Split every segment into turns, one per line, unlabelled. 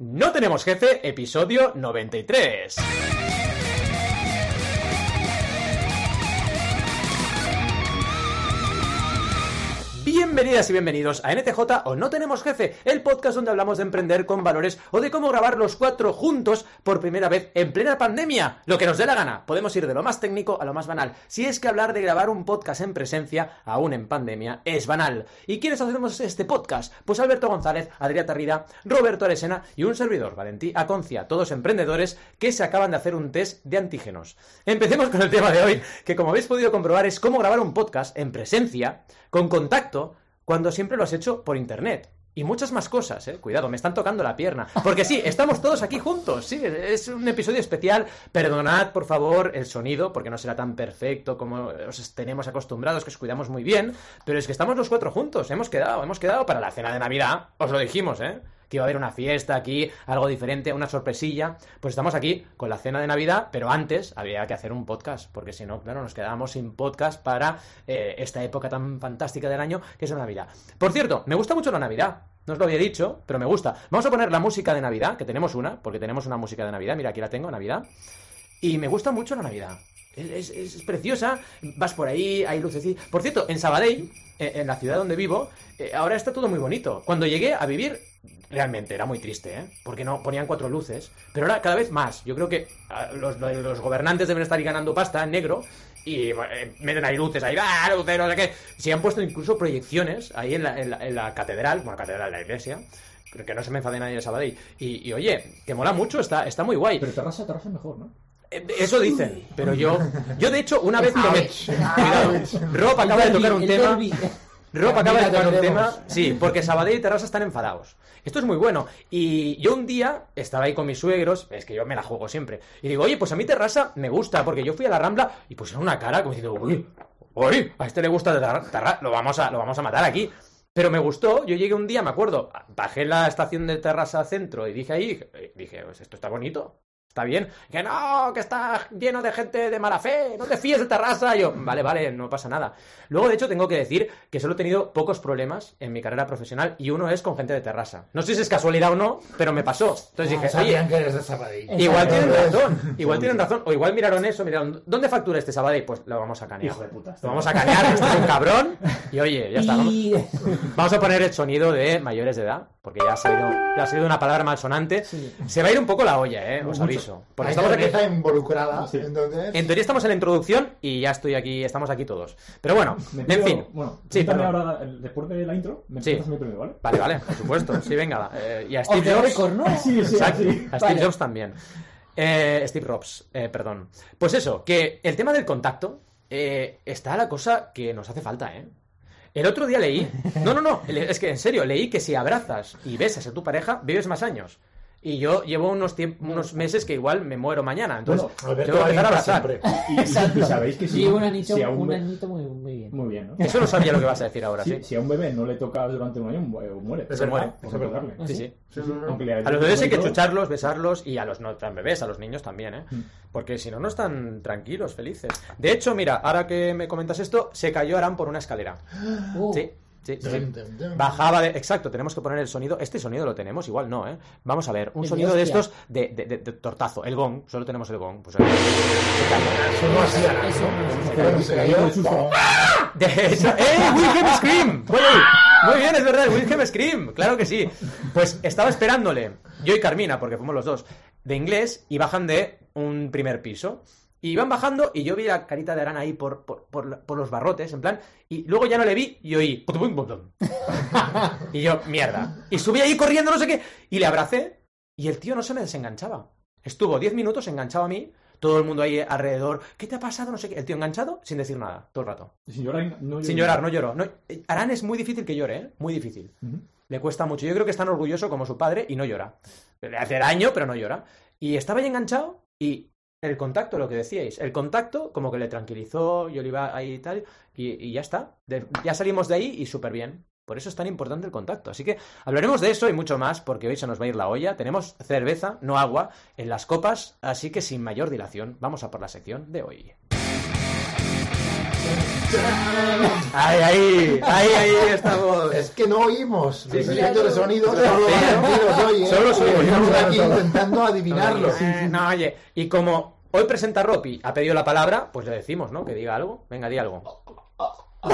No tenemos jefe, episodio 93. Bienvenidas y bienvenidos a NTJ o No Tenemos Jefe, el podcast donde hablamos de emprender con valores o de cómo grabar los cuatro juntos por primera vez en plena pandemia. Lo que nos dé la gana. Podemos ir de lo más técnico a lo más banal. Si es que hablar de grabar un podcast en presencia, aún en pandemia, es banal. ¿Y quiénes hacemos este podcast? Pues Alberto González, Adrián Tarrida, Roberto Aresena y un servidor, Valentí Aconcia, todos emprendedores que se acaban de hacer un test de antígenos. Empecemos con el tema de hoy, que como habéis podido comprobar es cómo grabar un podcast en presencia, con contacto, cuando siempre lo has hecho por internet. Y muchas más cosas, ¿eh? Cuidado, me están tocando la pierna. Porque sí, estamos todos aquí juntos, sí, es un episodio especial. Perdonad, por favor, el sonido, porque no será tan perfecto como os tenemos acostumbrados, que os cuidamos muy bien. Pero es que estamos los cuatro juntos, hemos quedado, hemos quedado para la cena de Navidad. Os lo dijimos, ¿eh? que iba a haber una fiesta aquí, algo diferente, una sorpresilla. Pues estamos aquí con la cena de Navidad, pero antes había que hacer un podcast, porque si no, claro, nos quedábamos sin podcast para eh, esta época tan fantástica del año que es la Navidad. Por cierto, me gusta mucho la Navidad. No os lo había dicho, pero me gusta. Vamos a poner la música de Navidad, que tenemos una, porque tenemos una música de Navidad. Mira, aquí la tengo, Navidad. Y me gusta mucho la Navidad. Es, es- es preciosa, vas por ahí, hay luces. y- Por cierto, en Sabadell, eh, en la ciudad donde vivo, eh, ahora está todo muy bonito. Cuando llegué a vivir, realmente era muy triste, ¿eh? Porque no ponían cuatro luces. Pero ahora cada vez más. Yo creo que ah, los, los gobernantes deben estar ahí ganando pasta en negro y bueno, eh, meten ahí luces, ahí, ¡ah, luces, no sé qué! Se han puesto incluso proyecciones ahí en la, en la- en la catedral, bueno, catedral, la iglesia. Creo que no se me enfade nadie de Sabadell. Y, y, oye, que mola mucho, está, está muy guay.
Pero terraza, terraza mejor, ¿no?
Eh, Eso dicen, pero yo, yo de hecho una vez tomé. Cuidado, Rob acaba de tocar un tema. Rob acaba de
Mira,
tocar un tema.
volveremos.
Sí, porque Sabadell y Terrassa están enfadados. Esto es muy bueno. Y yo un día estaba ahí con mis suegros, es que yo me la juego siempre. Y digo, oye, pues a mí Terrassa me gusta, porque yo fui a la Rambla y pusieron una cara como diciendo, uy, uy, a este le gusta Terrassa, lo vamos a, lo vamos a matar aquí. Pero me gustó, yo llegué un día, me acuerdo, bajé en la estación de Terrassa Centro y dije ahí, dije, pues esto está bonito, Está bien. Que no, que está lleno de gente de mala fe. No te fíes de Terrassa. Yo, vale, vale, no pasa nada. Luego, de hecho, tengo que decir que solo he tenido pocos problemas en mi carrera profesional y uno es con gente de Terrassa. No sé si es casualidad o no, pero me pasó.
Ah,
Entonces dije, oye, Eh,
que eres de Sabadell.
igual tienen razón. Igual tienen razón. O igual miraron eso, miraron, ¿dónde factura este Sabadell? Pues lo vamos a canear.
Hijo de puta.
Lo vamos a canear, este es un cabrón. Y oye, ya está. vamos-
Y...
Vamos a poner el sonido de mayores de edad, porque ya ha salido, ya ha salido una palabra malsonante.
Sí.
Se va a ir un poco la olla, ¿eh? Os
Mucho.
aviso. Porque
Hay
estamos aquí.
cerveza involucrada,
Sí.
entonces...
En teoría estamos en la introducción y ya estoy aquí, estamos aquí todos. Pero bueno,
Me
en
pido-
fin.
Bueno,
Sí,
sí,
perdón.
ahora, el- después de la intro, me
Sí.
empiezas mi premio, ¿vale?
Vale, vale, por supuesto. Sí, venga. eh, y a
Off
Steve
the
Jobs.
record, ¿no?
Sí, sí,
Exacto.
sí.
A Steve
Vale.
Jobs también. Eh, Steve Robs, eh, perdón. Pues eso, que el tema del contacto eh, está la cosa que nos hace falta, ¿eh? El otro día leí. No, no, no. le- Es que en serio, leí que si abrazas y besas a tu pareja, vives más años. Y yo llevo unos, tiemp- unos meses que igual me muero mañana. Entonces,
Bueno, Alberto
tengo que empezar a
alienta
abrazar.
siempre.
Y, y- y sabéis que si,
Sí, un anito,
si a un
un
be-
anito muy, muy bien.
Muy bien, ¿no?
Eso no sabía lo que vas a decir ahora,
Si-
sí.
si a un bebé no le tocas durante un año, mu- eh, muere.
Es
Se
verdad,
muere.
Por
es
no
verdad.
tocarle.
Sí, sí.
Sí, sí, sí.
Aunque le-
A los bebés hay que
todo.
chucharlos, besarlos y a los no tan bebés, a los niños también, ¿eh?
Mm.
Porque si no, no están tranquilos, felices. De hecho, mira, ahora que me comentas esto, se cayó Aram por una escalera.
Uh,
Sí, sí, sí.
Dun, dun, dun.
Bajaba de... Exacto, tenemos que poner el sonido. Este sonido lo tenemos, igual no, ¿eh? Vamos a ver, un
El de
sonido de
hostia.
estos de, de- de- de tortazo. El gong, solo tenemos el gong. Pues el- se cayó.
Eso no hacía nada,
Eso
¿no?
no
Pero-
Bueno, se
pero
cayó.
yo chucho.
De hecho- ¡Eh! ¡Wilhelm Scream! Voy ahí. Muy bien, es verdad, el Wilhelm Scream, claro que sí. Pues estaba esperándole, yo y Carmina, porque fuimos los dos, de inglés y bajan de un primer piso. Y van bajando y yo vi la carita de Arana ahí por, por, por la- por los barrotes, en plan, y luego ya no le vi y oí... "Putum, pum, pum". Y yo, mierda. Y subí ahí corriendo, no sé qué, y le abracé y el tío no se me desenganchaba. Estuvo 10 minutos enganchado a mí, todo el mundo ahí alrededor, ¿qué te ha pasado? No sé qué. El tío enganchado sin decir nada, todo el rato.
Sin llorar, no
Sin llorar, no lloro. No, eh, Arán es muy difícil que llore, ¿eh? Muy difícil.
Ujú.
Le cuesta mucho. Yo creo que es tan orgulloso como su padre y no llora. Le hace daño, pero no llora. Y estaba ahí enganchado y el contacto, lo que decíais, el contacto como que le tranquilizó, yo le iba ahí y tal, y, y ya está. De- ya salimos de ahí y súper bien. Por eso es tan importante el contacto. Así que hablaremos de eso y mucho más, porque hoy se nos va a ir la olla. Tenemos cerveza, no agua, en las copas, así que sin mayor dilación, vamos a por la sección de hoy. Ahí, ahí, ahí, ahí estamos.
Es que no oímos.
sí.
Sí, de sonido, solo
Sí.
los oye.
Solo se oye.
¿eh? Estamos aquí intentando adivinarlo.
Eh, No, oye, y como hoy presenta Ropi, ha pedido la palabra, pues le decimos, ¿no? Que diga algo. Venga, di algo.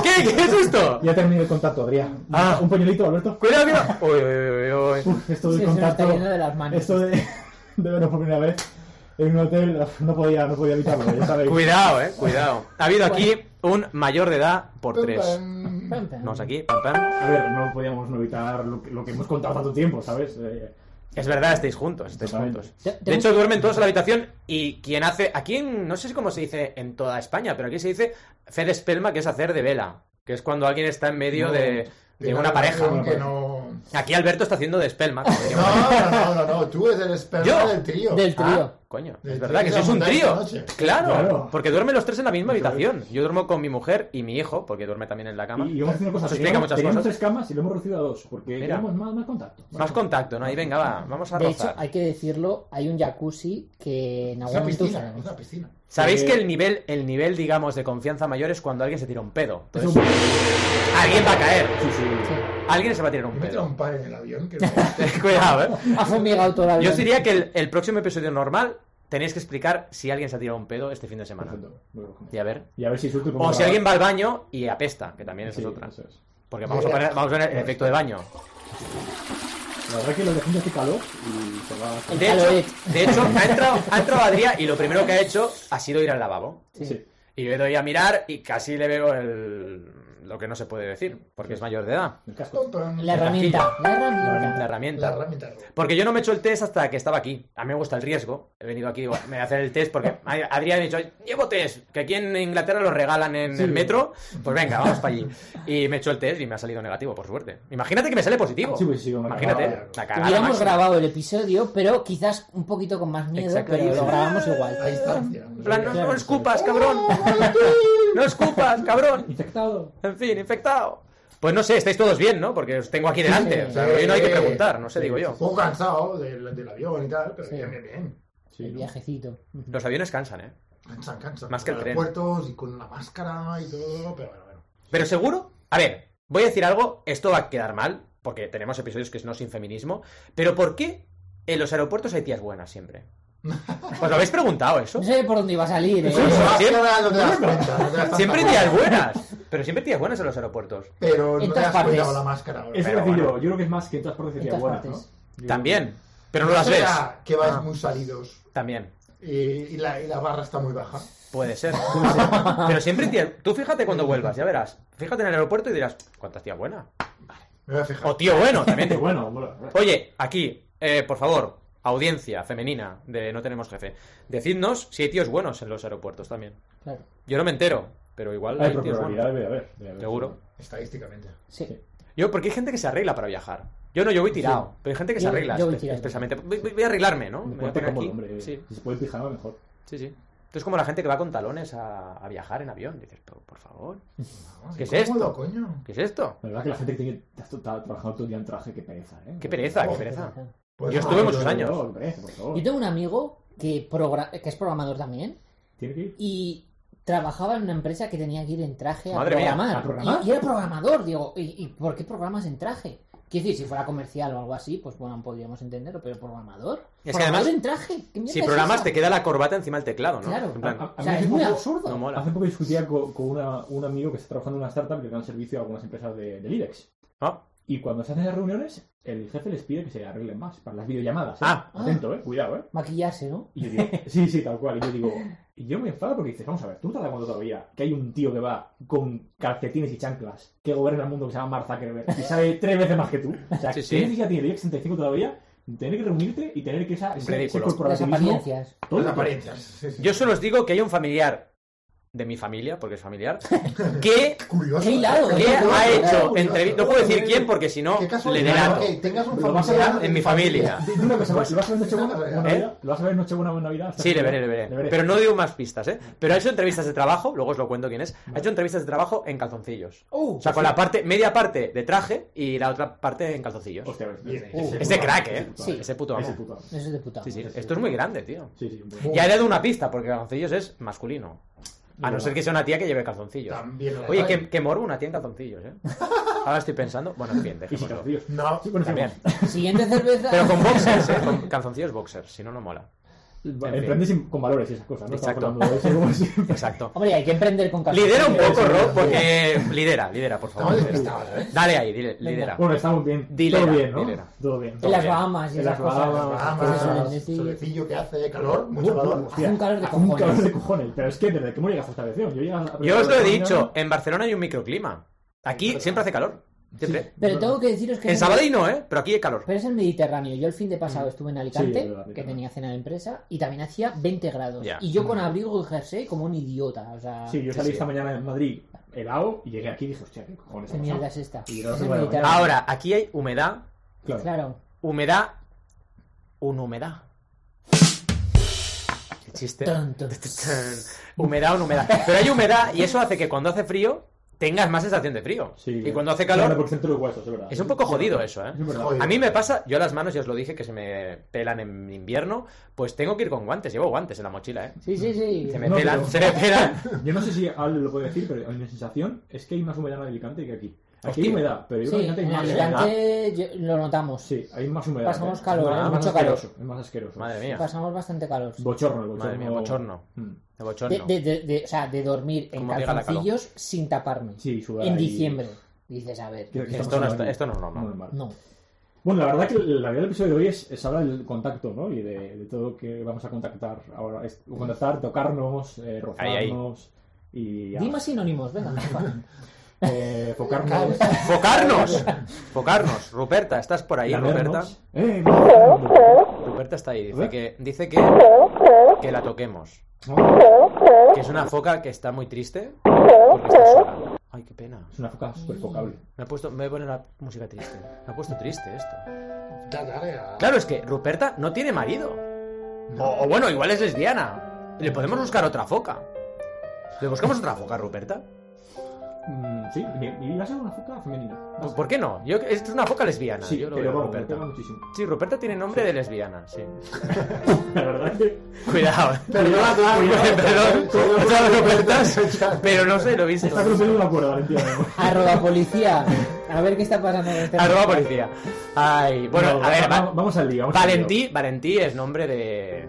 ¿Qué? ¿Qué es esto?
Ya terminé el contacto, Adrián.
Ah.
Un pañuelito, Alberto.
Cuidado, cuidado. Uy, uy, uy, uy.
Uf, esto
Sí,
del
se nos está
contacto.
yendo de las manos.
Esto de, de vernos por primera vez en un hotel, uf, no podía, no podía evitarlo, ya sabéis.
Cuidado, eh, cuidado. Ha habido aquí un mayor de edad por tres.
Pam, pam.
Vamos aquí, pam, pam.
A ver, no podíamos no evitar lo que, lo que hemos contado tanto tiempo, ¿sabes? Eh,
Es verdad, estáis juntos, estáis
Totalmente.
juntos.
Te-
De
tengo-
hecho, duermen todos en la habitación y quien hace... Aquí, en- no sé si cómo se dice en toda España, pero aquí se dice fe de espelma, que es hacer de vela. Que es cuando alguien está en medio de, de una pareja.
Que no...
Aquí Alberto está haciendo de espelma. como
No,
diríamos.
no, no, no, no, tú eres el
¿Yo?
esperma del trío.
Del
Ah,
trío.
coño,
El
es
trío
verdad que
se va
sois un
a montar
trío.
esta noche.
Claro,
Claro.
porque duermen los tres en la misma habitación. Yo duermo con mi mujer y mi hijo, porque duerme también en la cama.
y vamos a hacer una cosa.
Nos explica
teníamos-
muchas
teníamos
cosas.
tres camas y lo hemos reducido a dos, porque
Mira.
tenemos más, más contacto.
Más contacto, ¿no? Ahí venga, va, vamos a
De hecho,
rozar.
hay que decirlo, hay un jacuzzi que en
Es
algún
una
momento
piscina, es
usaremos.
una piscina.
Sabéis
Eh,
que el nivel, el nivel, digamos, de confianza mayor es cuando alguien se tira un pedo.
Eso-
Entonces, alguien va a caer.
sí, sí.
Sí.
Alguien se va a tirar un
Yo me he tirado
pedo.
un par en el avión. Que no-
Cuidado, ¿eh?
Ha fumigado toda la
Yo
vida.
os diría que el, el próximo episodio normal tenéis que explicar si alguien se ha tirado un pedo este fin de semana.
Perfecto. Muy bien.
Y a ver.
Y a ver si surge como
O si
grabar.
alguien va al baño y apesta, que también esa
Sí,
es otra.
eso es.
Porque vamos a, poner, vamos a poner el efecto de baño.
La verdad que lo dejamos hace calor y se va a...
De hecho, de hecho ha, entrado, ha entrado Adrián y lo primero que ha hecho ha sido ir al lavabo.
Sí.
Sí.
Y yo doy a mirar y casi le veo el- lo que no se puede decir, porque es mayor de edad.
El casco.
Pum, pum.
La herramienta. La herramienta.
La
La
herramienta.
herramienta.
Porque yo no me he hecho el test hasta que estaba aquí. A mí me gusta el riesgo. He venido aquí, digo, me voy a hacer el test porque Adrián ha dicho, llevo test, que aquí en Inglaterra lo regalan en
Sí.
el metro. Pues venga, vamos para allí. Y me he hecho el test y me ha salido negativo, por suerte. Imagínate que me sale positivo.
Sí, pues sí, una
Imagínate.
cagada.
La cagada
Hubiéramos
máxima.
grabado el episodio, pero quizás un poquito con más miedo,
Exacto.
pero lo grabamos
A
igual.
distancia.
En plan, no,
Claro,
no escupas, cabrón. No escupas, cabrón.
Infectado.
En fin, infectado. Pues no sé, estáis todos bien, ¿no? Porque os tengo aquí delante.
Sí,
o sea, hoy no hay que
sí.
preguntar, no sé, digo yo.
Un poco cansado del, del avión y tal, pero
Sí.
bien, bien, bien.
Sí,
El
¿no?
viajecito. Ujú.
Los aviones cansan, ¿eh?
Cansan, cansan.
Más que el
Los
tren.
aeropuertos y con la máscara y todo, pero bueno, bueno.
Pero seguro. A ver, voy a decir algo, esto va a quedar mal, porque tenemos episodios que es no sin feminismo. Pero ¿por qué en los aeropuertos hay tías buenas siempre? ¿Os lo habéis preguntado eso?
No sé por dónde iba a salir, ¿eh?
Sí,
Con la
sí.
máscara no te das cuenta. no te das
Siempre
tanta
tías
cuenta.
buenas. Pero siempre tías buenas en los aeropuertos.
Pero
En
no te
todas
das cuenta
partes.
con la máscara. ahora.
Es
Pero
decir,
bueno.
yo, yo creo que es más que en todas partes
En
sería
todas
buena, ¿no?
partes.
Yo-
También. Pero no las ves. Ah.
Será que vais muy salidos
También.
y, y la, y la barra está muy baja.
Puede ser. Pero siempre tía- Tú fíjate cuando vuelvas, ya verás. Fíjate en el aeropuerto y dirás, ¿cuántas tías buenas?
Me voy a fijar.
O tío bueno, también te
Pero bueno, bueno. bueno.
Oye, aquí, eh, por favor, audiencia femenina de No Tenemos Jefe, decidnos si hay tíos buenos en los aeropuertos también.
Claro.
Yo no me entero, pero igual
Hay
hay tíos
probabilidad
buenos.
debe haber. debe haber.
Seguro.
Estadísticamente.
Sí.
Yo, porque hay gente que se arregla para viajar. Yo no, yo voy tirado. Pero hay gente que se
Yo-
arregla
yo voy
espe-
tirado.
expresamente. Voy, voy- voy a arreglarme, ¿no?
Me
voy a
cuenta
poner
cómodo,
aquí.
hombre.
Sí,
Si se puede en pijama, mejor.
sí, sí. Entonces, como la gente que va con talones a, a viajar en avión. Dices, pero por favor,
No,
¿Qué es
cómodo,
esto?
coño?
¿qué es esto?
La verdad que la gente que tiene que estar trabajando todo el día en traje, qué pereza, ¿eh?
Qué pereza, qué
Oh,
pereza.
Pues
Yo
no,
estuve
no,
muchos
no,
años.
No, qué pereza, por favor.
Yo tengo un amigo que, progra- que es programador también
Tiene que ir.
y trabajaba en una empresa que tenía que ir en traje a
Madre mía,
programar.
¿a programar?
Y, y era programador, digo, ¿y, y por qué programas en traje? Quiero decir, si fuera comercial o algo así, pues bueno, podríamos entenderlo, pero programador.
Es que
programador
además,
en traje. ¿qué mierda
Si
es
programas,
esa?
te queda la corbata encima del teclado, ¿no?
Claro.
En
A-
plan,
a- a
O
mí
sea,
hace
es muy
poco-
absurdo.
no mola.
Hace poco discutía co- con, una- un amigo que está trabajando en una startup que da un servicio a algunas empresas de, del IBEX.
Ah,
Y cuando se hacen las reuniones, el jefe les pide que se arreglen más para las videollamadas. ¿eh?
Ah.
Atento, ¿eh? Cuidado, ¿eh?
Maquillarse, ¿no?
Y yo digo, sí, sí, tal cual. Y yo digo, y yo me enfado porque dices, vamos a ver, tú no te das cuenta todavía que hay un tío que va con calcetines y chanclas que gobierna el mundo que se llama Mark Zuckerberg y sabe tres veces más que tú. O sea,
Sí,
que
sí.
ya tiene el IBEX 35 todavía? Tener que reunirte y tener que esa, ese, ese
Ridículo.
Las
corporativismo
apariencias.
todo el
Las
tiempo.
apariencias. sí, sí.
Yo solo os digo que hay un familiar de mi familia, porque es familiar, que,
Curioso.
Qué hilado,
¿eh?
que
Qué
ha
curioso,
hecho
curioso.
entrevistas. No puedo decir quién porque si no
Qué
le
casualidad,
delato.
Que tengas un
Lo vas a ver
familiar
en mi familia.
Dime una cosa, ¿lo vas a ver en Nochebuena o en
¿Eh?
Navidad? ¿Lo vas a ver en Nochebuena o en Navidad?
Sí, le veré, le veré. Pero no digo más pistas, ¿eh? Pero ha hecho entrevistas de trabajo, luego os lo cuento quién es. Ha hecho entrevistas de trabajo en calzoncillos.
Oh,
Uh,
O sea, con la parte, media parte de traje y la otra parte en calzoncillos.
Hostia, ves,
Bien,
ese
Este
puto
ese
amo,
crack,
ese
¿eh?
puto
Sí.
amo.
Ese puto amo.
Ese puto amo.
eso es de puta.
Sí, sí, esto es muy grande, tío.
Sí, sí, un puto amo.
Ya he dado una pista, porque calzoncillos es masculino. A no ser que sea una tía que lleve calzoncillos.
También lo
Oye,
hay.
que, que morbo una tía en calzoncillos, ¿eh? Ahora estoy pensando. Bueno, en fin,
Y
dejémoslo.
sin calzoncillos.
No,
Sí, bueno, sí,
También.
Siguiente cerveza.
Pero con boxers, ¿eh? Con calzoncillos boxers, si no, no mola.
Vale,
En fin.
Emprendes sin- con valores y esas cosas, ¿no?
Exacto.
Estamos hablando de eso como siempre.
Exacto.
Hombre, hay que emprender con calzón.
Lidera un poco, Rob, porque. Lidera, lidera, por favor.
estamos
lidera.
despistados, ¿eh?
Dale ahí, dile- lidera.
Bueno, estamos bien.
Dilera,
Todo bien, ¿no?
dilera.
Todo bien.
En las
Bien.
Bahamas y
En
esas
las
cosas.
Bahamas.
Bahamas,
Sí, sí, sí.
solecillo que hace calor, mucho
Uh,
calor.
hostia,
un calor de
hace un
cojones.
calor de cojones. Pero es que desde que hemos llegado a esta estación, yo, llego a-
Yo os lo he
Coño,
dicho, en Barcelona hay un microclima. Aquí siempre hace calor. Siempre.
Pero tengo que deciros que.
En
es-
Sabadell Mm. no, ¿eh? Pero aquí hay calor.
Pero es el Mediterráneo. Yo el fin de pasado estuve en Alicante,
Sí, es verdad,
que
verdad.
tenía cena de empresa, y también hacía 20 grados.
Ya. Mm.
Y yo con abrigo y jersey como un idiota. O sea,
Sí, yo
Sí,
salí
sí.
esta mañana en Madrid helado y llegué aquí y dije, hostia, qué cojones.
¿qué
ha
mierda
pasado?
es esta?
Y no
Es
se
el
puede
Mediterráneo.
Ahora, aquí hay humedad,
Claro.
Claro.
humedad, un humedad. Qué chiste.
Tonto.
humedad, un humedad. Pero hay humedad y eso hace que cuando hace frío tengas más sensación de frío.
Sí,
y cuando hace calor
Claro, por ciento de los huesos, es verdad.
Es un poco jodido eso, ¿eh?
Es verdad.
Jodido.
A mí me pasa, yo las manos, ya os lo dije, que se me pelan en invierno, pues tengo que ir con guantes, llevo guantes en la mochila, ¿eh?
Sí, sí, sí.
Se me
No,
pelan,
pero- Pues
se me pelan.
Yo no sé si Ale lo puede decir, pero mi sensación es que hay más humedad en Alicante que aquí. Aquí
Hostia.
hay humedad, pero yo
Sí,
creo que
en
Alicante hay más
Alicante yo- lo notamos.
Sí, hay más humedad.
Pasamos
¿eh?
calor,
es
¿eh?
más
Mucho
asqueroso, Es más asqueroso.
Madre mía,
Pasamos bastante calor. sí.
Bochorno, el bochorno.
madre mía, bochorno,
Mm.
de
De,
bochorno.
de- de- de- o sea, de dormir en
Como pega la calor.
calzoncillos sin taparme.
Sí, sudar
en
ahí.
diciembre. Dices, a ver.
Creo que
Esto no,
estamos
está-
hablando-
esto no es normal.
Normal.
No.
Bueno, la verdad que la idea del episodio de hoy es, es hablar del contacto, ¿no? Y de, de todo que vamos a contactar ahora. Es, contactar, tocarnos, eh,
Ahí,
rozarnos y
Di más sinónimos, venga. porfa.
eh, focarnos.
¡Focarnos! ¡Focarnos! Ruperta, ¿estás por ahí, Ruperta?
lamernos. Eh, no.
Ruperta está ahí, dice
¿Eh?
que, dice que, que la toquemos.
No,
Que es una foca que está muy triste porque está sola. Ay, qué pena.
Es una foca súper focable.
Me ha puesto, me voy a poner la música triste. Me ha puesto triste esto.
Da- dale a-
Claro, es que Ruperta no tiene marido. O, o bueno, igual es lesbiana. Le podemos buscar otra foca. ¿Le buscamos otra foca, Ruperta?
Mm, sí, y y va a ser una foca femenina. Va a
Pues,
ser-
¿Por qué no? Yo, es una foca lesbiana.
Sí,
yo lo
pero
veo,
vamos, me
Ruperta.
pega muchísimo.
Sí, Ruperta tiene nombre de lesbiana, sí.
La verdad que...
Cuidado.
Perdona,
Perdón, perdón, perdón, Ruperta, pero no sé, lo he visto.
Está cruzando una cuerda, Valentina.
Arroba policía. A ver qué está pasando con este
Arroba policía. Ay, bueno,
No,
a ver,
va-
va-
va- vamos al lío. vamos al lío.
Valentí, Valentí es nombre de...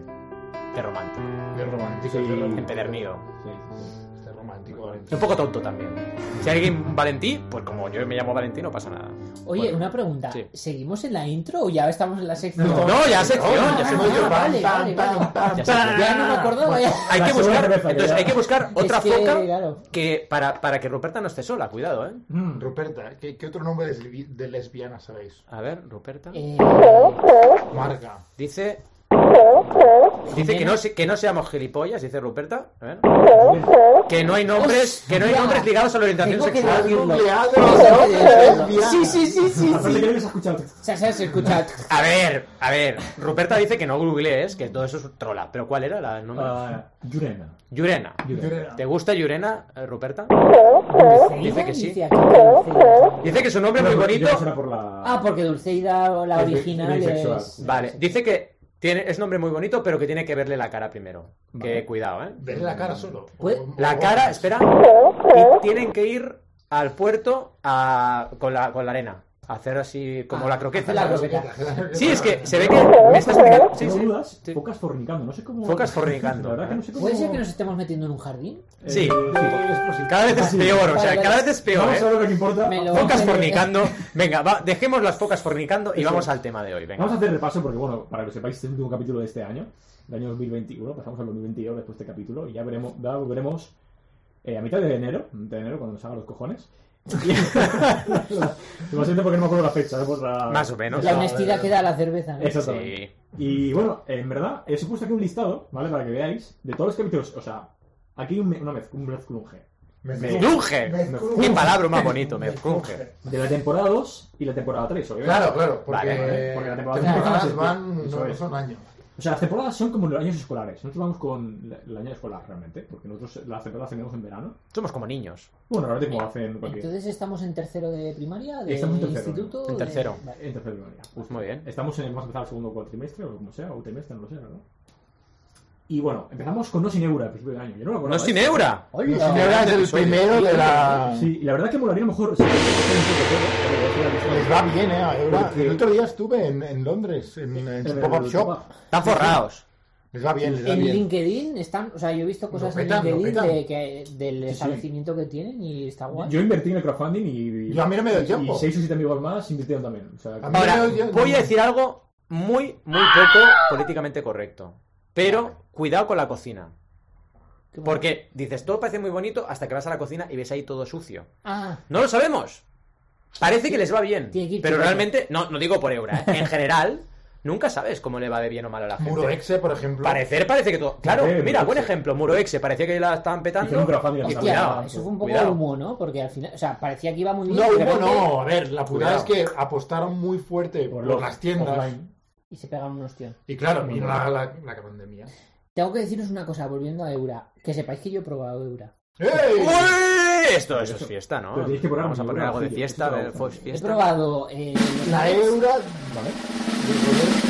de romántico,
De romántico,
Sí.
de romántico.
empedernido.
Sí, sí.
De romántico.
Un poco tonto también. Si hay alguien Valentí, pues como yo me llamo Valentí, no pasa nada.
Oye,
Bueno.
una pregunta.
Sí.
¿Seguimos en la intro o ya estamos en la sección?
No, ya sección,
Ah,
ya
ah,
sección.
ah, vale, vale, vale.
Ya sección.
Ya no me acordaba. ya.
Hay
La
que
segunda
buscar,
cerveza, que
entonces
ya-
hay que buscar otra
Es que,
foca
claro.
que para, para que Ruperta no esté sola, cuidado, eh.
Mm,
Ruperta, ¿eh? ¿qué, qué otro nombre de, lesbi- de lesbiana sabéis?
A ver, Ruperta.
Eh,
Marga.
Dice. Dice que no, se- que no seamos gilipollas, dice Ruperta. A ver. Que no hay nombres, que no hay
Hostia.
nombres ligados a la orientación
Tengo que
sexual.
decirlo.
Googleado, lesbiana.
Sí, sí, sí, sí,
Aparte
sí.
que no habías escuchado.
O sea, se escucha.
A ver, a ver. Ruperta dice que no googlees, que todo eso es trola. Pero ¿cuál era la el nombre?
Ah, Yurena.
Yurena.
Yurena.
¿Te gusta Yurena, eh, Ruperta? Dice que sí.
Dice aquí que Dulceida.
Dice que su nombre es muy bonito.
Yo será por la...
Ah, porque Dulceida, la
Es bi-
original,
bisexual.
es.
Vale, dice que tiene, es nombre muy bonito, pero que tiene que verle la cara primero.
Vale.
Que cuidado, ¿eh?
Ves la cara solo.
Pues,
O-
La
o-
cara, espera. Y tienen que ir al puerto a, con, la, con la arena. A hacer así como
Ah,
la croqueta.
hacer la
¿sabes?
croqueta.
Sí, es que se ve que me está explicando. Sí,
no
sí.
dudas,
Sí.
focas fornicando. No sé cómo...
Focas fornicando.
La verdad que no sé cómo...
¿Puede ser que nos estemos metiendo en un jardín?
Eh,
Sí.
sí.
Cada vez es peor, o sea,
Vale,
cada
vale.
vez es peor,
Vamos a
¿eh?
ver lo que importa.
Me lo-
Focas fornicando. Venga, va, dejemos las focas fornicando y
Eso.
vamos al tema de hoy. Venga.
Vamos a hacer repaso porque, bueno, para que sepáis, este es el último capítulo de este año, del año 2021. Pasamos al 2022 después de este capítulo y ya veremos, ya volveremos eh, a mitad de enero, mitad de enero cuando nos hagan los cojones. Lo siento porque no me acuerdo la fecha. ¿no? Por la-
Más o menos.
La honestidad que da la cerveza. ¿no?
Exactamente.
Sí.
Y bueno, en verdad, os he puesto aquí un listado, ¿vale? Para que veáis, de todos los capítulos, o sea, aquí hay un, me- una mez, un mezclunje.
Mezclunje.
Mezclunje.
Qué palabra más bonito, mezclunje.
De la temporada 2 y la temporada 3, obviamente.
Claro, claro, porque,
Vale,
vale, porque la temporada-
temporadas van,
Eso
no
es.
son años.
O sea, las temporadas son como los años escolares. Nosotros vamos con la- el año escolar, realmente, porque nosotros las temporadas tenemos en verano.
Somos como niños.
Bueno, realmente como hacen cualquier...
Entonces estamos en tercero de primaria, de
Estamos en tercero.
instituto.
En
de-
tercero.
Vale.
En tercer primaria.
Muy bien.
Estamos en, vamos a empezar el segundo cuatrimestre o como sea, o trimestre, no lo sé, ¿no? Y bueno, empezamos con No Sin Eura al principio del año. Yo no lo
No
acordaba.
sin
¿eh?
Eura.
Oye,
No,
señora, es el
episodio.
primero de la.
Sí, y la verdad que molaría a lo mejor. sí, sí, sí,
Les
sí,
va bien, ¿eh? a Eura.
Porque-
El otro día estuve en, en Londres, en, en
sí,
su
sí.
pop-up shop.
Están forrados.
Les va bien, les va
En
bien.
LinkedIn están, o sea, yo he visto cosas
Lo petan, lo
en LinkedIn
petan.
de que- del establecimiento que tienen y está guay.
Yo invertí en el crowdfunding y.
Yo a mí no me doy tiempo.
Y seis o siete amigos más invirtieron también. O sea, que-
A mí-
Ahora,
yo- yo-
voy a decir algo muy, muy poco políticamente correcto. Pero cuidado con la cocina.
Qué guay.
Porque dices, todo parece muy bonito hasta que vas a la cocina y ves ahí todo sucio.
Ah,
No lo sabemos. Parece que les va bien.
Tiene que ir
Pero
chupando.
realmente, no, no digo por Eura. ¿eh? En general, nunca sabes cómo le va de bien o mal a la gente.
Muroexe, por ejemplo.
Parecer parece que todo. Claro,
Muroexe.
mira, buen ejemplo. Muroexe, parecía que la estaban
Hicieron un
petando.
crowdfunding
Y
hasta
hostia,
cuidado,
eso
eh,
fue un poco
cuidado.
humo, ¿no? Porque al final, o sea, parecía que iba muy bien.
No,
de
hubo
repente-
no. A ver, la putada
Cuidado.
es que apostaron muy fuerte por,
los-
las tiendas.
offline.
Y se pegaron unos tíos.
Y claro, vino la, la, la pandemia.
Tengo que deciros una cosa, volviendo a Eura. Que sepáis que yo he probado Eura.
¡Ey!
¡Uy! Esto, eso es fiesta, ¿no?
Pero tienes que poner
Vamos a
un
poner
euro,
algo de
sí,
fiesta,
esto-
de Fox
He
Fiesta.
probado eh, los
La
Alex.
Eura
Vale,
de Roberto,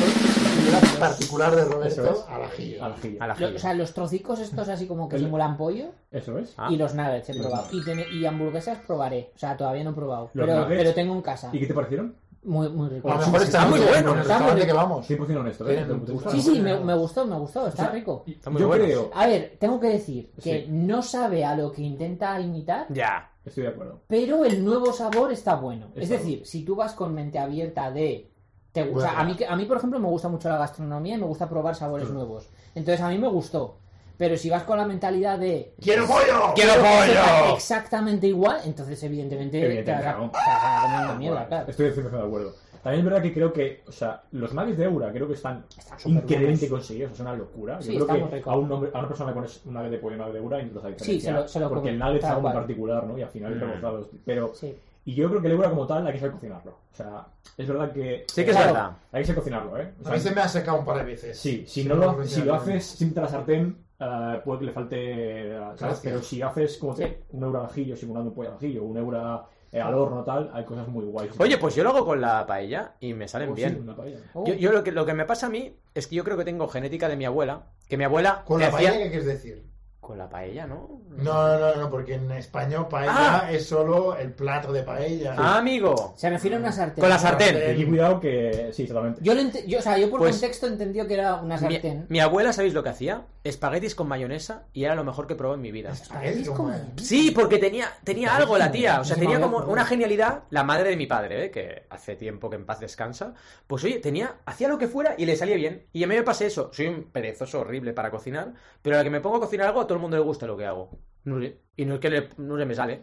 la particular de Roberto
Eso es.
al ajillo.
al ajillo.
A la
Lo-
gira.
o sea, los trocicos estos así como que
El-
simulan pollo
Eso es.
Ah.
y los nuggets he
Y los
probado. Y, tiene- y hamburguesas probaré. O sea, todavía no he probado. Pero,
nuggets?
pero tengo en casa.
¿Y qué te parecieron?
Muy, muy rico.
A lo
Sí,
mejor
sí,
está
está muy
muy
bueno,
bueno en el
está muy
restaurante
bien.
que vamos.
100% honesto, ¿eh?
Tienen un
¿Te
gusto.
gustaron?
Sí, sí, me, me gustó, me gustó. Está
O sea,
rico.
Están muy
yo
buenos.
creo,
A ver, tengo que decir que
Sí.
no sabe a lo que intenta imitar,
Ya.
estoy de acuerdo.
pero el nuevo sabor está bueno. es
Está
decir, si tú vas con mente abierta de... Te gusta,
Bueno.
a, mí, que- a mí, por ejemplo, me gusta mucho la gastronomía y me gusta probar sabores
Sí.
nuevos. Entonces, a mí me gustó. Pero si vas con la mentalidad de...
¡Quiero pollo!
¡Quiero
que sepa
pollo!
Exactamente igual, entonces, evidentemente, te vas
Evidentemente,
a,
no.
te vas a comer una mierda,
Bueno,
claro.
Estoy 100% de acuerdo. También es verdad que creo que, o sea, los nuggets de Eura creo que están,
Están súper
increíblemente conseguidos, es una locura.
Sí,
Yo
está
creo
muy
que
rico.
a, un hombre- a una persona le pones un nugget de pollo y un nugget de Eura y los hay
Sí, se lo- se lo
Porque
come,
el nugget
tal
está muy
cual.
particular, ¿no? Y al final
Mm.
rebozados. Pero,
Sí.
y yo creo que el Eura como tal hay que saber cocinarlo. O sea, es verdad que.
Sí que es
Claro.
verdad.
Hay que saber cocinarlo, ¿eh? O
A
sea,
mí se me ha secado un par de veces.
Sí, si,
Se
no
me
lo,
ha
si
secado.
lo haces sin la sartén, eh, puede que le falte. eh, ¿sabes?
Gracias.
Pero si haces como que un euro al ajillo, simulando un pollo al ajillo, un euro eh, al horno, tal, hay cosas muy guays.
Oye, pues yo lo hago con la paella y me salen
Oh, sí,
bien.
una paella.
Oh.
Yo, yo lo, que, lo que me pasa a mí es que yo creo que tengo genética de mi abuela. Que mi abuela.
¿Con
te
la
hacía-
paella qué quieres decir?
Con la paella, ¿no?
No, no, no, no, porque en español paella
Ah.
es solo el plato de paella.
Ah, amigo.
Se refiere a una sartén.
Con la sartén.
sartén.
Y aquí cuidado que. Sí, exactamente.
Yo, lo ente- yo, o sea, yo por
Pues-
contexto entendió que era una
Mi,
sartén.
mi abuela, ¿sabéis lo que hacía? Espaguetis con mayonesa y era lo mejor que probé en mi vida.
Espagueti
Es
con
como-
paella.
Sí, porque tenía, tenía algo la tía. O sea,
Sí,
tenía
me
como
acuerdo.
una genialidad. La madre de mi padre, ¿eh? que hace tiempo que en paz descansa. Pues oye, tenía, hacía lo que fuera y le salía bien. Y a mí me pasé eso. Soy un perezoso horrible para cocinar. Pero a la que me pongo a cocinar algo, a todo el mundo le gusta lo que hago. No le- Y no es que le- no le me sale.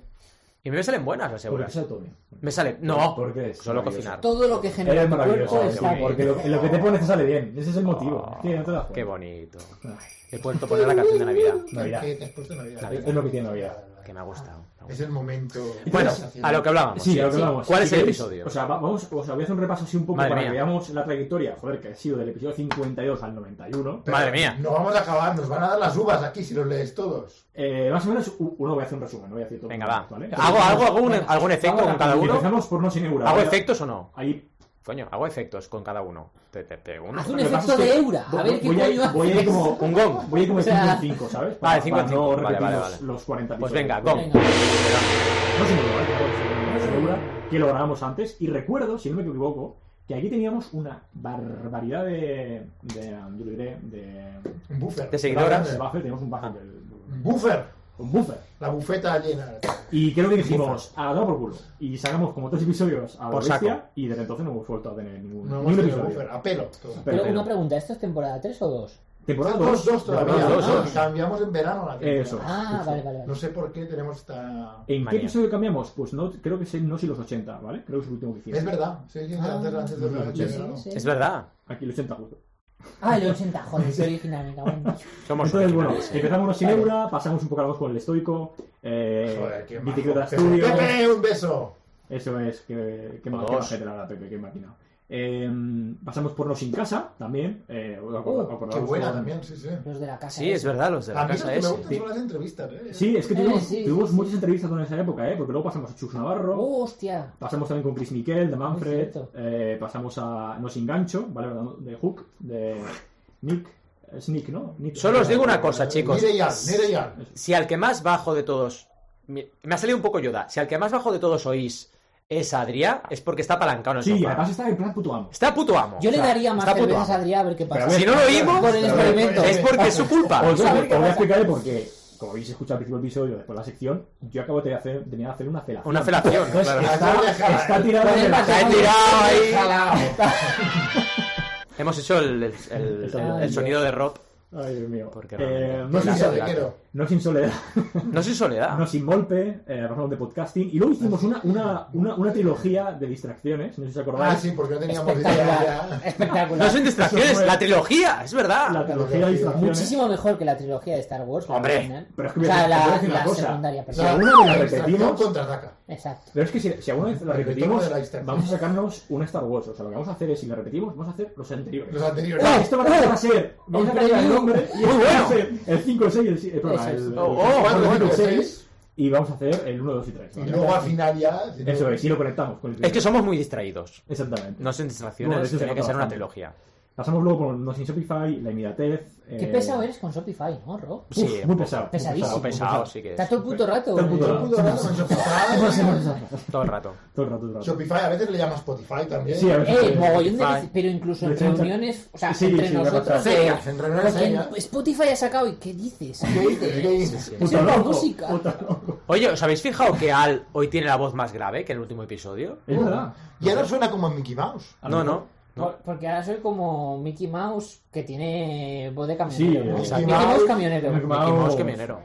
Y a mí me salen buenas las
¿Por qué
euras.
se autome?
Me sale. No,
Porque es
solo
maravilloso.
cocinar.
Todo lo que genera
Eres
tu
maravilloso.
cuerpo
Qué
es
sí,
bonito.
la
porque lo, lo que te pones te sale bien. Ese es el motivo.
Oh,
es que no te das cuenta.
qué bonito.
Ay,
He puesto poner la canción de Navidad.
Navidad.
¿Qué te has puesto Navidad?
Navidad.
Es lo que tiene Navidad.
Que me ha gustado. me ha
Es
gustado.
el momento.
Bueno,
Sensacional.
a lo que hablábamos.
Sí,
sí.
a lo que hablamos.
¿Cuál
Si
es el
queréis,
episodio?
O sea, va- vamos, o sea, voy a hacer un repaso así un poco
Madre
para
mía.
que veamos la trayectoria. Joder, que ha sido del episodio 52 al 91.
Pero
Madre mía.
No vamos a acabar, nos van a dar las uvas aquí si los lees todos.
Eh, más o menos, u- uno voy a hacer un resumen, no voy a decir todo.
Venga, va.
¿vale?
¿Hago, hago algún,
Venga,
algún efecto
vamos
con cada
Y
uno?
Empezamos por no sin euro.
¿Hago
Vale,
efectos o no?
Ahí.
Coño, hago efectos con cada uno. Te, te, te uno.
Haz un
Lo que pasa
efecto
es que
de Eura. A
este. voy-
ver qué
voy a- voy
coño
a ir
haces.
Ah, como-
Un gong.
Voy a ir como
O sea-
5 en 5, ¿sabes? Para,
Vale, cinco en
para
cinco.
no
Vale,
repetir
vale,
los-
vale.
los 40
Pues venga,
episodios.
gong.
Venga.
No sin euro, ¿vale? Claro, sin euro, que lo grabamos antes. Y recuerdo, si no me equivoco, que aquí teníamos una barbaridad de. de yo lo diré, de.
Un buffer.
De seguidoras.
de buffer, tenemos un buffer. del-
Un buffer.
Un buffer.
La bufeta llena.
Y creo que dijimos, a dar por culo. Y sacamos como tres episodios a la
Por saco.
bestia, y desde entonces no hemos vuelto a tener ningún,
No
ni
hemos
un
tenido
episodio.
buffer. A pelo. todo.
Pero-
Pero una
pero-
pregunta, ¿esto es temporada 3 o 2?
Temporada 2.
Dos, dos todavía. Ah.
dos,
¿no?
dos.
Cambiamos en verano la temporada.
Eso.
Ah,
sí,
vale,
sí.
vale,
No
vale.
sé por qué tenemos esta.
¿En
Manía.
qué episodio cambiamos? Pues no, creo que es el- no si los 80, ¿vale? Creo que es el último que
Es
hicimos.
verdad. Sí, sí,
Ah,
antes, antes de la noche
Sí,
de
sí,
verano.
sí.
Es verdad.
Aquí el 80 justo.
Ah, el 80, joder, qué original, me cago en Dios.
Somos
Entonces, bueno,
originales, ¿eh?
empezamos unos sin eura, pasamos un poco a los con el estoico, eh,
Joder, qué majo.
bicicleta
Pepe,
estudio.
Pepe, un beso.
Eso es, que, que
Dos.
gente la verdad, Pepe, qué máquina. Eh, pasamos por No Sin Casa también. Eh,
Uh, Qué
acordamos
buena
con-
también, sí, sí.
Los de la casa. ¿eh?
Sí, es
esa.
verdad, los de
A
la
mí lo
casa
que me
es.
gustan son las entrevistas, ¿eh?
Sí, es que tuvimos,
sí,
tuvimos
sí,
muchas
sí.
entrevistas con esa época, ¿eh? porque luego pasamos a Chus Navarro,
Oh, hostia.
pasamos también con Chris Miquel, de Manfred,
cierto.
eh, pasamos a Nos Engancho, ¿vale? de Hook, de Nick, eh, Es Nick, ¿no? Nick.
Solo os digo una
Eh,
cosa, chicos.
Mireyan, Mireyan.
Si al que más bajo de todos. mi- Me ha salido un poco Yoda. Si al que más bajo de todos oís es Adrián, es porque está apalancado en el
Sí,
sofá.
además está en plan puto amo.
Está puto amo.
Yo le
O sea,
daría más
está puto
cervezas a
amo.
Adrián a ver qué pasa.
Pero a
Si no lo oímos,
Por el
Pero a ver,
experimento.
es porque es su culpa.
Os voy, a-
¿sabes
os voy
qué
a
pasa?
explicarle por qué. Como habéis escuchado al principio del episodio, después de la sección, yo acabo de hacer, tenía que hacer una celación.
Una felación,
Entonces,
claro.
está, está tirada
Con el
en el-
bate-
La he tirado ahí.
Ojalá.
Hemos hecho el, el- el- el- el
Ay,
sonido de Rob.
Ay, Dios mío.
Porque
Eh,
realmente-
no, sin
Claro,
soledad,
claro.
no sin soledad,
No soy soledad.
no sin golpe, eh, hablamos de podcasting. Y luego hicimos una, una, una, una trilogía de distracciones, no sé si os acordáis.
Ah, sí, porque no teníamos idea.
Espectacular. Espectacular.
No son distracciones,
Eso fue-
la trilogía, es
La
verdad.
trilogía de distracciones.
Muchísimo mejor que la trilogía de Star Wars. la
Hombre,
original.
pero es que
o sea,
mira, te voy a
la,
decir una
la
cosa.
secundaria,
O
perdón.
sea,
Si alguna vez la
la
repetimos-
distracción contraataca.
Exacto.
Pero es que si, si alguna vez la
El retorno
repetimos,
de la distracción.
vamos a sacarnos una Star Wars. O sea, lo que vamos a hacer es, si la repetimos, vamos a hacer los anteriores.
Los anteriores.
Ah, Esto va a va a ser. Vamos a cambiar el nombre. Y
Muy
esto va
bueno.
a ser el 5, el 6 y el 7.
Eso es.
Oh, oh,
bueno, bueno,
el 6.
seis.
Y vamos a hacer el 1, 2 y 3.
Y luego al final ya. si no-
Eso es, y lo conectamos con el
Es
primero.
que somos muy distraídos.
Exactamente.
No son distracciones,
Bueno, eso se
tiene que
nota
ser una
bastante.
trilogía.
Pasamos luego por No Sin Shopify, La Inmediatez.
Qué pesado ¿eh? eres con Shopify, ¿no, Rob?
Sí,
Sí,
muy pesado. muy
Pesadísimo.
Algo
muy
pesado, sí que
Está
es.
todo el puto rato.
Todo el puto
eh.
Todo el mundo hablando con Shopify.
Todo el rato.
Todo el rato, todo el rato.
Shopify, a veces le llaman Spotify también.
Sí, a ver.
Eh, mogollón de
Shopify.
veces, pero incluso
De
en
hecho, entre-
reuniones, o sea,
Sí,
entre
sí, me ha
nosotros. eh,
pasado.
Señas, en realidad
porque
señas.
Spotify ha sacado y ¿qué dices?
¿Qué dices? ¿Qué dices?
Eso
Puto
es la
loco,
música.
puto loco.
Oye, ¿os habéis fijado que Al hoy tiene la voz más grave que en el último episodio?
Es verdad.
Y ahora suena como Mickey Mouse.
A lo
No,
mejor.
no. no.
Por- Porque ahora soy como Mickey Mouse que tiene voz de
Sí, eh,
camionero. ¿no?
Mickey
Mickey
Mouse-
Mouse camionero.
Mickey
Mickey
Mouse,
Mouse.
qué minero.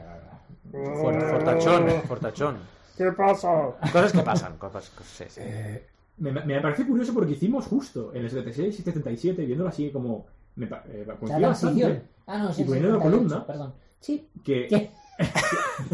For-
Oh.
Fortachón, fortachón.
¿Qué pasa?
Cosas que pasan. Cosas, cosas- sí, sí.
Eh, Me, me parece curioso porque hicimos justo en el 76 y 77, viéndolo así como. Me, pa- eh,
La
coincidió bastante
transición. Ah, no, sí,
Y poniendo
sí,
la
78,
columna.
Perdón. Sí.
que,
¿Qué?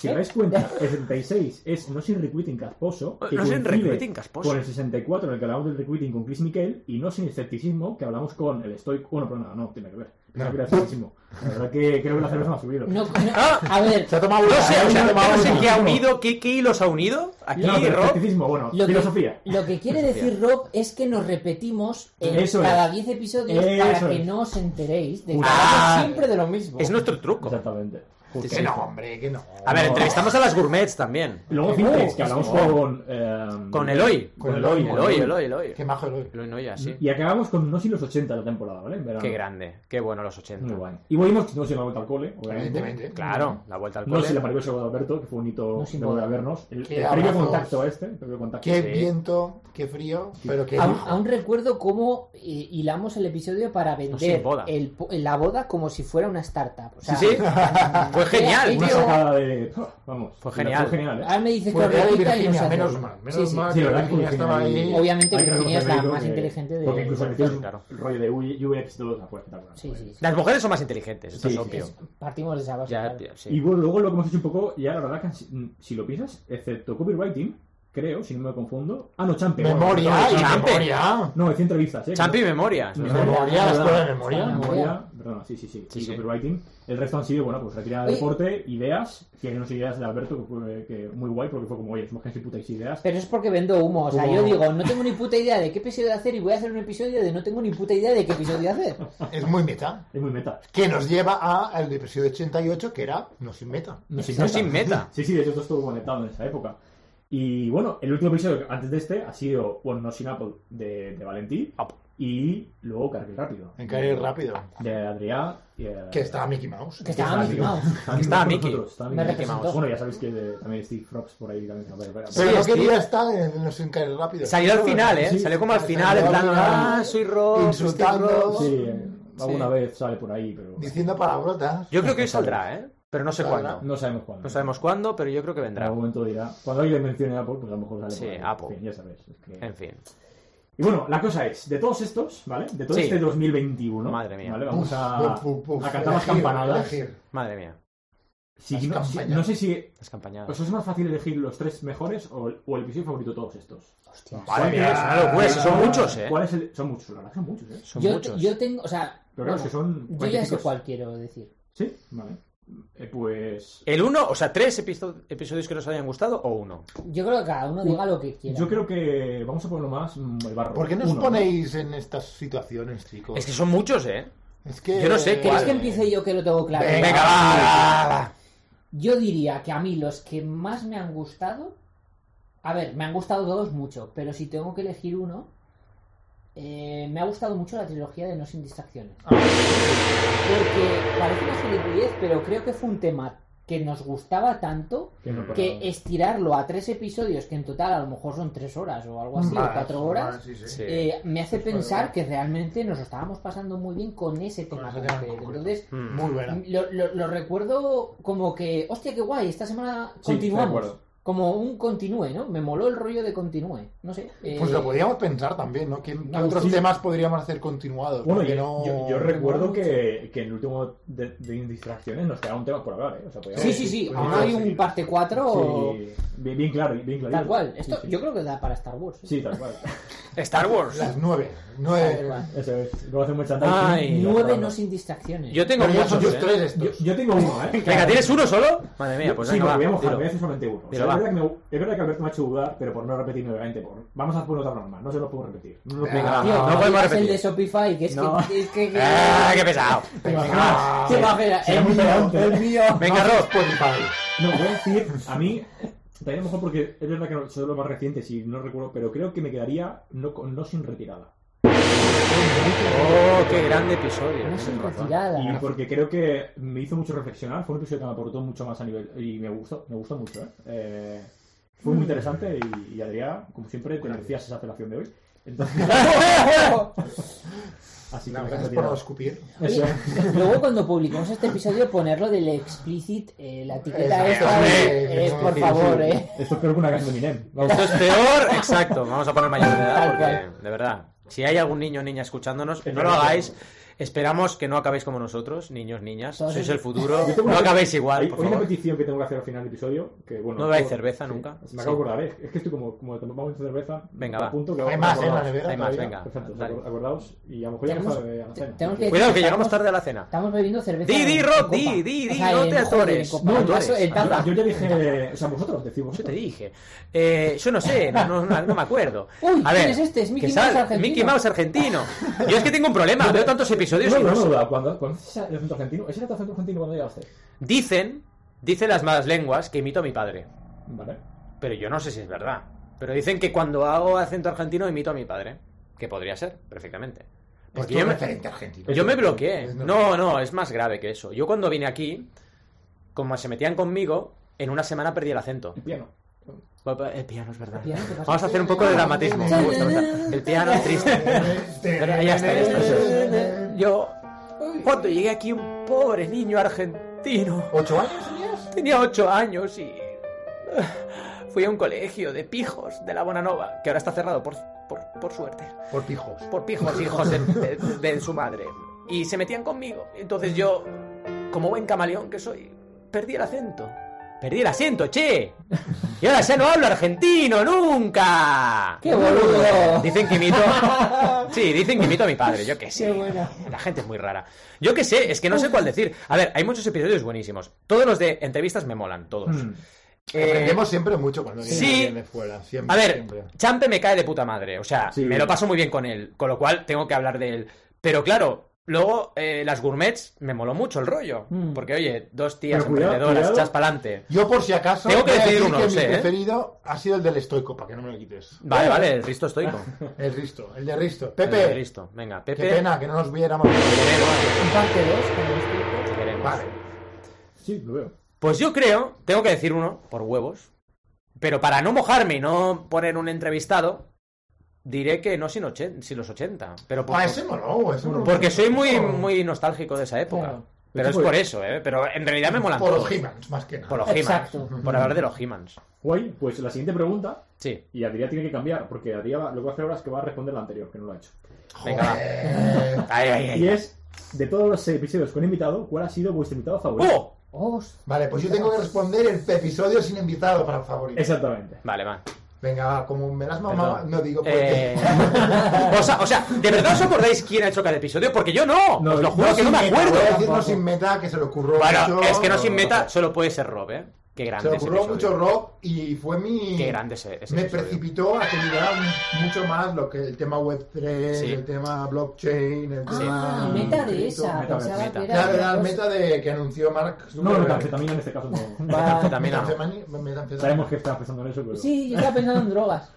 si os dais cuenta, el 76 es No sin Recruiting Casposo. que
No sin
coincide
recruiting, casposo.
Con el 64, en el que hablamos del recruiting con Chris Miquel, y No sin Escepticismo, que hablamos con el estoico. Bueno, pero nada, no, tiene que ver. Pensaba que era escepticismo. La verdad que creo que la cerveza me ha subido.
No, no, a ver,
Se ha tomado
No
una,
sé,
¿eh?
o sea,
Se ha tomado
no sé
una.
qué ha unido, qué, qué hilos ha unido aquí,
No, pero
Rob.
escepticismo, bueno,
Lo que-
filosofía.
lo que quiere decir Rob es que nos repetimos en
Eso es.
cada 10 episodios
Eso
para que
es.
no os enteréis de que
Ah.
hablamos siempre de lo mismo.
Es nuestro truco.
Exactamente. Justo.
Sí,
Que no, hombre, que no.
A ver, entrevistamos a las gourmets también.
Luego Fintex, que hablamos con. eh,
Eh, oh, Con Eloy.
Con Eloy.
Eloy, Eloy, Eloy.
Qué majo el hoy.
Eloy Noya, sí.
Y acabamos con No sin los 80 la temporada, ¿vale? En verano.
Qué grande. Qué bueno los
Muy
80.
guay. Y volvimos, no sin la vuelta al cole, obviamente.
Evidentemente.
Claro, la vuelta al
No sin la
cole.
maravillosa boda de Alberto, que fue un hito
No sin
de volver a
boda.
vernos. El,
Qué
el previo
abrazos.
contacto este, el previo contacto.
Qué
Sí.
viento, qué frío, pero qué
Aún,
lujo.
aún recuerdo cómo eh, hilamos el episodio para vender
sin boda.
el po- la boda como si fuera una startup. O sea,
Sí, sí. Fue genial.
Una
tío.
sacada de... ¡pah! Vamos.
Fue genial.
Fue genial,
Ahora
¿eh?
me dices que
Fue
os
real y
repita y no se
Virginia,
hace.
menos mal.
Sí,
Menos
sí.
mal
Sí,
Ah, que
la verdad es que
Virginia estaba
Virginia-
ahí.
Obviamente
Hay que
Virginia es la
reconocerlo
más
que-
inteligente de...
Porque incluso
Sí,
el
claro.
rollo de U- UX2 fue espectacular.
Sí, sí, sí.
Las mujeres son más inteligentes, esto
Sí,
es
sí,
obvio.
Es- Partimos de esa base.
Ya,
claro.
ya, sí.
Y bueno, luego lo que hemos hecho un poco, ya la verdad que si, si lo piensas, excepto copywriting, creo, si no me confundo... Ah, no, Champe. bueno,
Memoria,
Champe.
y memoria.
No, decía entrevistas, ¿eh?
Champi Memorias.
Memoria,
Memoria, la
¿verdad?
escuela de memoria.
Memoria,
Memoria.
perdona, sí, sí, sí.
Sí,
y
sí.
copywriting. El resto han sido, bueno, pues retirada de
Oye.
deporte, ideas, que hay unas ideas de Alberto que, fue, que muy guay porque fue como, oye, somos casi putas ideas.
Pero es porque vendo humo. O sea,
Humo.
yo digo, no tengo ni puta idea de qué episodio hacer y voy a hacer un episodio de no tengo ni puta idea de qué episodio hacer.
Es muy meta.
Es muy meta.
Que nos lleva a al episodio 88, que era No sin meta.
No sin
No sin meta.
Sí, sí, de hecho todo estuvo conectado en esa época. Y bueno, el último episodio antes de este ha sido One No Sin Apple de, de Valentí
Apple.
y luego Carril Rápido
En caer rápido.
de Adrián. y, eh,
Que estaba Mickey Mouse.
Que estaba Mickey Mouse.
Que estaba Mickey.
Nosotros, estaba
Me
Mickey.
representó.
Bueno, ya sabéis que eh, también Steve Frogs por ahí también.
Pero
Sí,
no
es que-
quería estar en No sin caer rápido.
Salió al
Eso,
final, ¿eh?
Sí.
Salió como al
Sí.
final, en plan,
Sí.
ah, soy Rob,
Insultando.
soy Rob.
Sí, eh, alguna
Sí.
vez sale por ahí, pero
Diciendo palabrotas.
Yo creo que hoy saldrá, ¿eh? Pero no sé
Saldrá.
cuándo.
no sabemos cuándo.
No sabemos cuándo, pero yo creo que
En
vendrá.
algún momento dirá. Cuando alguien mencione Apple, pues a lo mejor sale
Sí,
por ahí. En
Apple.
fin, ya sabes. es que-
En fin.
Y bueno, la cosa es, de todos estos, ¿vale? De todo
Sí.
este 2021.
Madre mía.
¿vale? Vamos
Uf,
a,
uf, uf,
a cantar las
elegir,
campanadas.
elegir.
Madre mía.
Sí,
Las
no, sí,
campañas.
no sé si
Las campañadas.
os es más fácil elegir los tres mejores o el, o el episodio favorito de todos estos.
Hostia.
Madre mía, es una
pues,
locura.
pues.
si Son muchos, ¿eh?
¿Cuál es el- Son muchos, la verdad que son muchos, ¿eh?
Son
yo,
muchos.
yo tengo, o sea,
Pero claro,
bueno,
es que son...
yo ya sé
cuantificos.
cuál quiero decir.
¿Sí? Vale. Eh, pues...
El uno, o sea, tres episo- episodios que nos hayan gustado o uno.
Yo creo que cada uno diga lo que quiera.
Yo creo que vamos a ponerlo más mm, el barro.
¿Por qué nos
Uno, ¿no?
ponéis en estas situaciones, chicos?
Es que son muchos, ¿eh?
Es que.
Yo no sé,
¿Queréis
¿Cuál?
que empiece yo que lo tengo claro?
Venga,
Venga, va, va, va.
Yo diría que a mí los que más me han gustado. A ver, me han gustado todos mucho, pero si tengo que elegir uno. eh, me ha gustado mucho la trilogía de No Sin Distracciones. Porque parece una gilipollez, pero creo que fue un tema que nos gustaba tanto
Que no,
que
pero-
estirarlo a tres episodios, que en total a lo mejor son tres horas o algo así, o
Más,
cuatro horas,
más, sí, sí.
Sí.
eh, me hace
Pues
pensar
bueno.
que realmente nos lo estábamos pasando muy bien con ese
Con
tema.
ese tema en
concreto.
concreto.
Entonces,
Mm.
Muy buena.
lo, lo- lo recuerdo como que, hostia, qué guay, esta semana
Sí,
continuamos.
estoy de acuerdo.
como un continúe, ¿no? Me moló el rollo de continúe. No sé. eh,
Pues lo podíamos pensar también, ¿no? ¿Qué, qué
no,
otros
sí.
temas podríamos hacer continuados?
Bueno,
Porque
yo,
no...
yo, yo recuerdo que, que en el último de, de distracciones nos quedaba un tema por hablar, ¿eh? O sea, podíamos-
Sí, sí, sí.
podíamos
Aún hay
seguir.
un parte 4
Sí, bien, bien claro, bien clarito.
tal cual.
Sí,
Esto
sí.
yo creo que da para Star Wars. ¿eh?
Sí, tal cual.
Star Wars.
Las nueve.
Tal
Nueve.
cual.
Eso es. Luego hacemos
Ay,
chantaje.
Nueve no sin distracciones.
Yo tengo
Pero ya
muchos.
son tus
¿eh?
tres
Yo,
estos.
yo tengo uno, ¿eh?
Venga, ¿tienes uno solo? Madre mía, pues
sí,
venga,
pero
va,
voy a mojar,
tiro.
voy a hacer solamente uno. O sea,
Tiro, va.
es, verdad que me- es verdad que Alberto me ha hecho dudar, pero por no repetir nuevamente. Por... Vamos a hacer otra normal, no se lo puedo repetir. No lo puedo-
Venga, va.
Tío,
Ah, no
no
podemos
digas el
repetir.
de Shopify, que es
No.
que... Es que, que-
¡Ah, qué pesado!
¿Te
Venga.
imaginas?
Se va a hacer-
será
el
muy
mío,
pedante.
el mío.
Venga,
No,
Rob.
Spotify.
No, voy a decir, a mí, también a lo mejor porque es verdad que no, soy lo más reciente, si no recuerdo, pero creo que me quedaría no, con- no sin retirada.
¡Oh, qué grande episodio!
No
Tienes
sin
razón.
retirada.
Y porque creo que me hizo mucho reflexionar, fue un episodio que me aportó mucho más a nivel. Y me gustó, me gustó mucho, ¿eh? Eh, fue muy interesante y, y Adrián, como siempre, te merecías esa apelación de hoy. Entonces, así que me quedo
Gracias por no
retirado.
escupir.
Eso.
Oye, Luego cuando publicamos este episodio ponerlo del explicit, eh, la
Exacto,
etiqueta esta
hombre,
de- es,
que no
por
decimos,
favor,
sí.
eh.
Esto es peor que una canción de Eminem. Vamos.
Esto es peor, exacto. Vamos a poner mayor de edad
Tal
porque,
cual.
de verdad, si hay algún niño o niña escuchándonos,
Que
no
no
lo
lo
hagáis. Esperamos que no acabéis como nosotros, niños, niñas.
Todos
Sois
en-
el futuro.
Yo tengo
No
una-
acabéis
Hay,
igual,
hay
por
una
favor.
petición que tengo que hacer al final del episodio. Que, bueno,
No bebáis
todo-
cerveza
sí,
nunca.
Me acabo de acordar, ¿eh? Es que estoy como, como tomamos mucha cerveza.
Venga,
a
va.
punto que
Hay
ahora
más,
me
¿eh? en la
acordaba.
nevera.
Hay más,
todavía.
venga.
Perfecto,
dale.
acor- acordaos. Y a lo mejor ya
Tenemos-
vamos a la cena.
tenemos que decir
Cuidado, que
estamos-
llegamos tarde a la cena.
Estamos bebiendo cerveza.
Di, di,
en
Rob,
copa.
di, di, di,
O sea,
no
en-
te
joder,
atores.
en copa.
No,
En
tú
vaso,
eres.
en taza.
Yo, yo ya dije. O sea, vosotros decís
Yo
vosotros.
te dije. Eh, yo no sé, no, no- no- no me acuerdo.
Uy,
a ver,
¿quién es este? Es Mickey
que sal-
Mouse argentino.
Mickey Mouse argentino. Yo es que tengo un problema, veo tantos episodios
No,
y
no,
no
no,
sé.
no, cuando, cuando haces el acento argentino, ¿ese era tu acento argentino cuando llegaste?
Dicen, dicen las malas lenguas que imito a mi padre.
Vale.
Pero yo no sé si es verdad. Pero dicen que cuando hago acento argentino imito a mi padre. Que podría ser, perfectamente. Porque
Esto
yo
no
me,
está en Argentina.
yo me bloqueé.
Es
No, no, es más grave que eso. Yo cuando vine aquí, como se metían conmigo, en una semena perdí el acento.
El piano.
El piano, es verdad.
El piano, ¿qué pasa?
Vamos a hacer un poco de dramatismo. Me gusta, me gusta. El piano es triste. Pero ya está, ya está, eso es. Yo, cuando llegué aquí, un pobre niño argentino,
¿Ocho años tenías?
tenía ocho años y ah, fui a un colegio de pijos de la Bonanova, que ahora está cerrado, por, por, por suerte.
Por pijos.
Por pijos, hijos de, de- de su madre. Y se metían conmigo. Entonces yo, como buen camaleón que soy, perdí el acento. Perdí el acento, che. Y ahora ya no hablo argentino, nunca.
¡Qué boludo!
Dicen que imito. Sí, dicen que imito a mi padre, yo qué sé.
Qué buena.
La gente es muy rara. Yo qué sé, es que no sé cuál decir. A ver, hay muchos episodios buenísimos. Todos los de entrevistas me molan, todos.
Mm.
Eh,
Aprendemos siempre mucho cuando viene,
sí.
viene de fuera. Siempre,
a ver,
siempre.
Champe me cae de puta madre. O sea,
Sí.
me lo paso muy bien con él. Con lo cual tengo que hablar de él. Pero claro, luego eh, las gourmets me moló mucho el rollo.
Mm.
Porque, oye, dos tías
Pero cuidado,
emprendedoras,
cuidado.
chas pa'lante.
Yo por si acaso
Tengo que
voy a
decidir
decir
uno,
que
lo
mi
sé, ¿eh?
preferido ha sido el del estoico, para que no me lo quites.
Vale, vale, el risto estoico.
El Risto, el de Risto.
El
Pepe,
risto. Venga,
qué
Pepe.
pena que no nos viéramos.
te queremos,
Un parte dos, como este.
te queremos.
Vale.
Sí, lo veo.
Pues yo creo, tengo que decir uno, por huevos. Pero para no mojarme y no poner un entrevistado, diré que no sin, ochen- sin los 80. Pero por-
Ah, ese moló, ese moló.
porque soy muy, muy nostálgico de esa época.
Claro.
Pero es
Pues-
por eso, ¿eh? Pero en realidad me molan
Por
todos.
los He-Mans, más que nada.
Por los He-Mans.
Exacto.
Por hablar de los He-Mans.
Guay, pues la siguiente pregunta,
Sí.
y Adrián tiene que cambiar, porque Adrián va- lo que va a hacer ahora es que va a responder la anterior, que no lo ha hecho.
Venga, va.
Joder.
Ahí, ahí, ahí.
Y es, de todos los episodios con invitado, ¿cuál ha sido vuestro invitado favorito?
¡Oh!
Os-
Vale, pues yo tengo que responder el episodio sin invitado para favorito.
Exactamente.
Vale, va.
Venga, va, como me las mamado,
Perdón.
no digo porque.
Eh, o, sea, o sea, ¿de verdad os acordáis quién ha hecho cada episodio? Porque yo no.
No,
os lo juro que
sin
no me
meta,
acuerdo.
Voy a decir no
tampoco.
sin meta que se le ocurrió.
Bueno,
mucho,
es que no sin
no
meta
sé.
solo puede ser Rob, ¿eh? Qué
Se
grande
me
ese
ocurrió
episodio.
mucho rock y fue mi...
Qué grande ese, ese
me
episodio.
precipitó a que mirara un- mucho más lo que el tema Web3,
Sí.
el tema blockchain, el tema...
Ah, meta de esa.
Meta,
Pensaba
meta.
que era.
Claro, era el
dos-
meta de que anunció Mark
No,
Zuckerberg.
metanfetamina en este caso no.
Metanfetamina.
Metanfemani- metanfetamina.
Sabemos que estás pensando en eso, pero.
Sí, yo estaba pensando en drogas.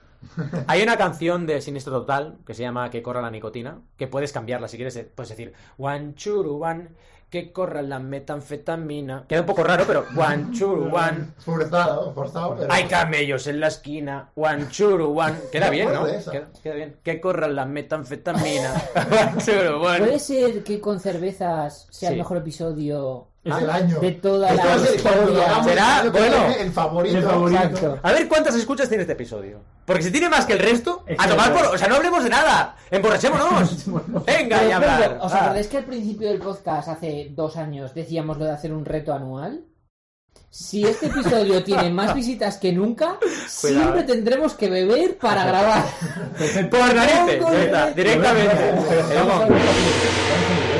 Hay una canción de Siniestro Total que se llama Que corra la nicotina, que puedes cambiarla si quieres. eh, Puedes decir One churu one, que corra la metanfetamina. Queda un poco raro, pero One churu one,
Forzado, forzado, pero...
hay camellos en la esquina. One churu one. Queda bien, ¿no?
Me acuerdo de esa.
Queda, queda bien. Que corra la metanfetamina. One churu
Puede
one.
ser que con cervezas sea
Sí.
el mejor episodio.
Es el año.
de toda
Esto
la
va a ser cuando
historia.
hagamos
Será,
el año que
bueno,
viene, el favorito.
el favorito.
Exacto.
A ver cuántas escuchas tiene este episodio. Porque si tiene más que el resto, a
Exacto.
tomar por. O sea, no hablemos de nada. Emborrachémonos. Venga, y
Pero, pero,
hablar.
¿Os
Ah.
acordáis que al principio del podcast, hace dos años, decíamos lo de hacer un reto anual? Si este episodio tiene más visitas que nunca, siempre tendremos que beber para grabar.
Por narices,
Pongo
ya está,
el-
directamente. Pero
Vamos a
vamos.
ver.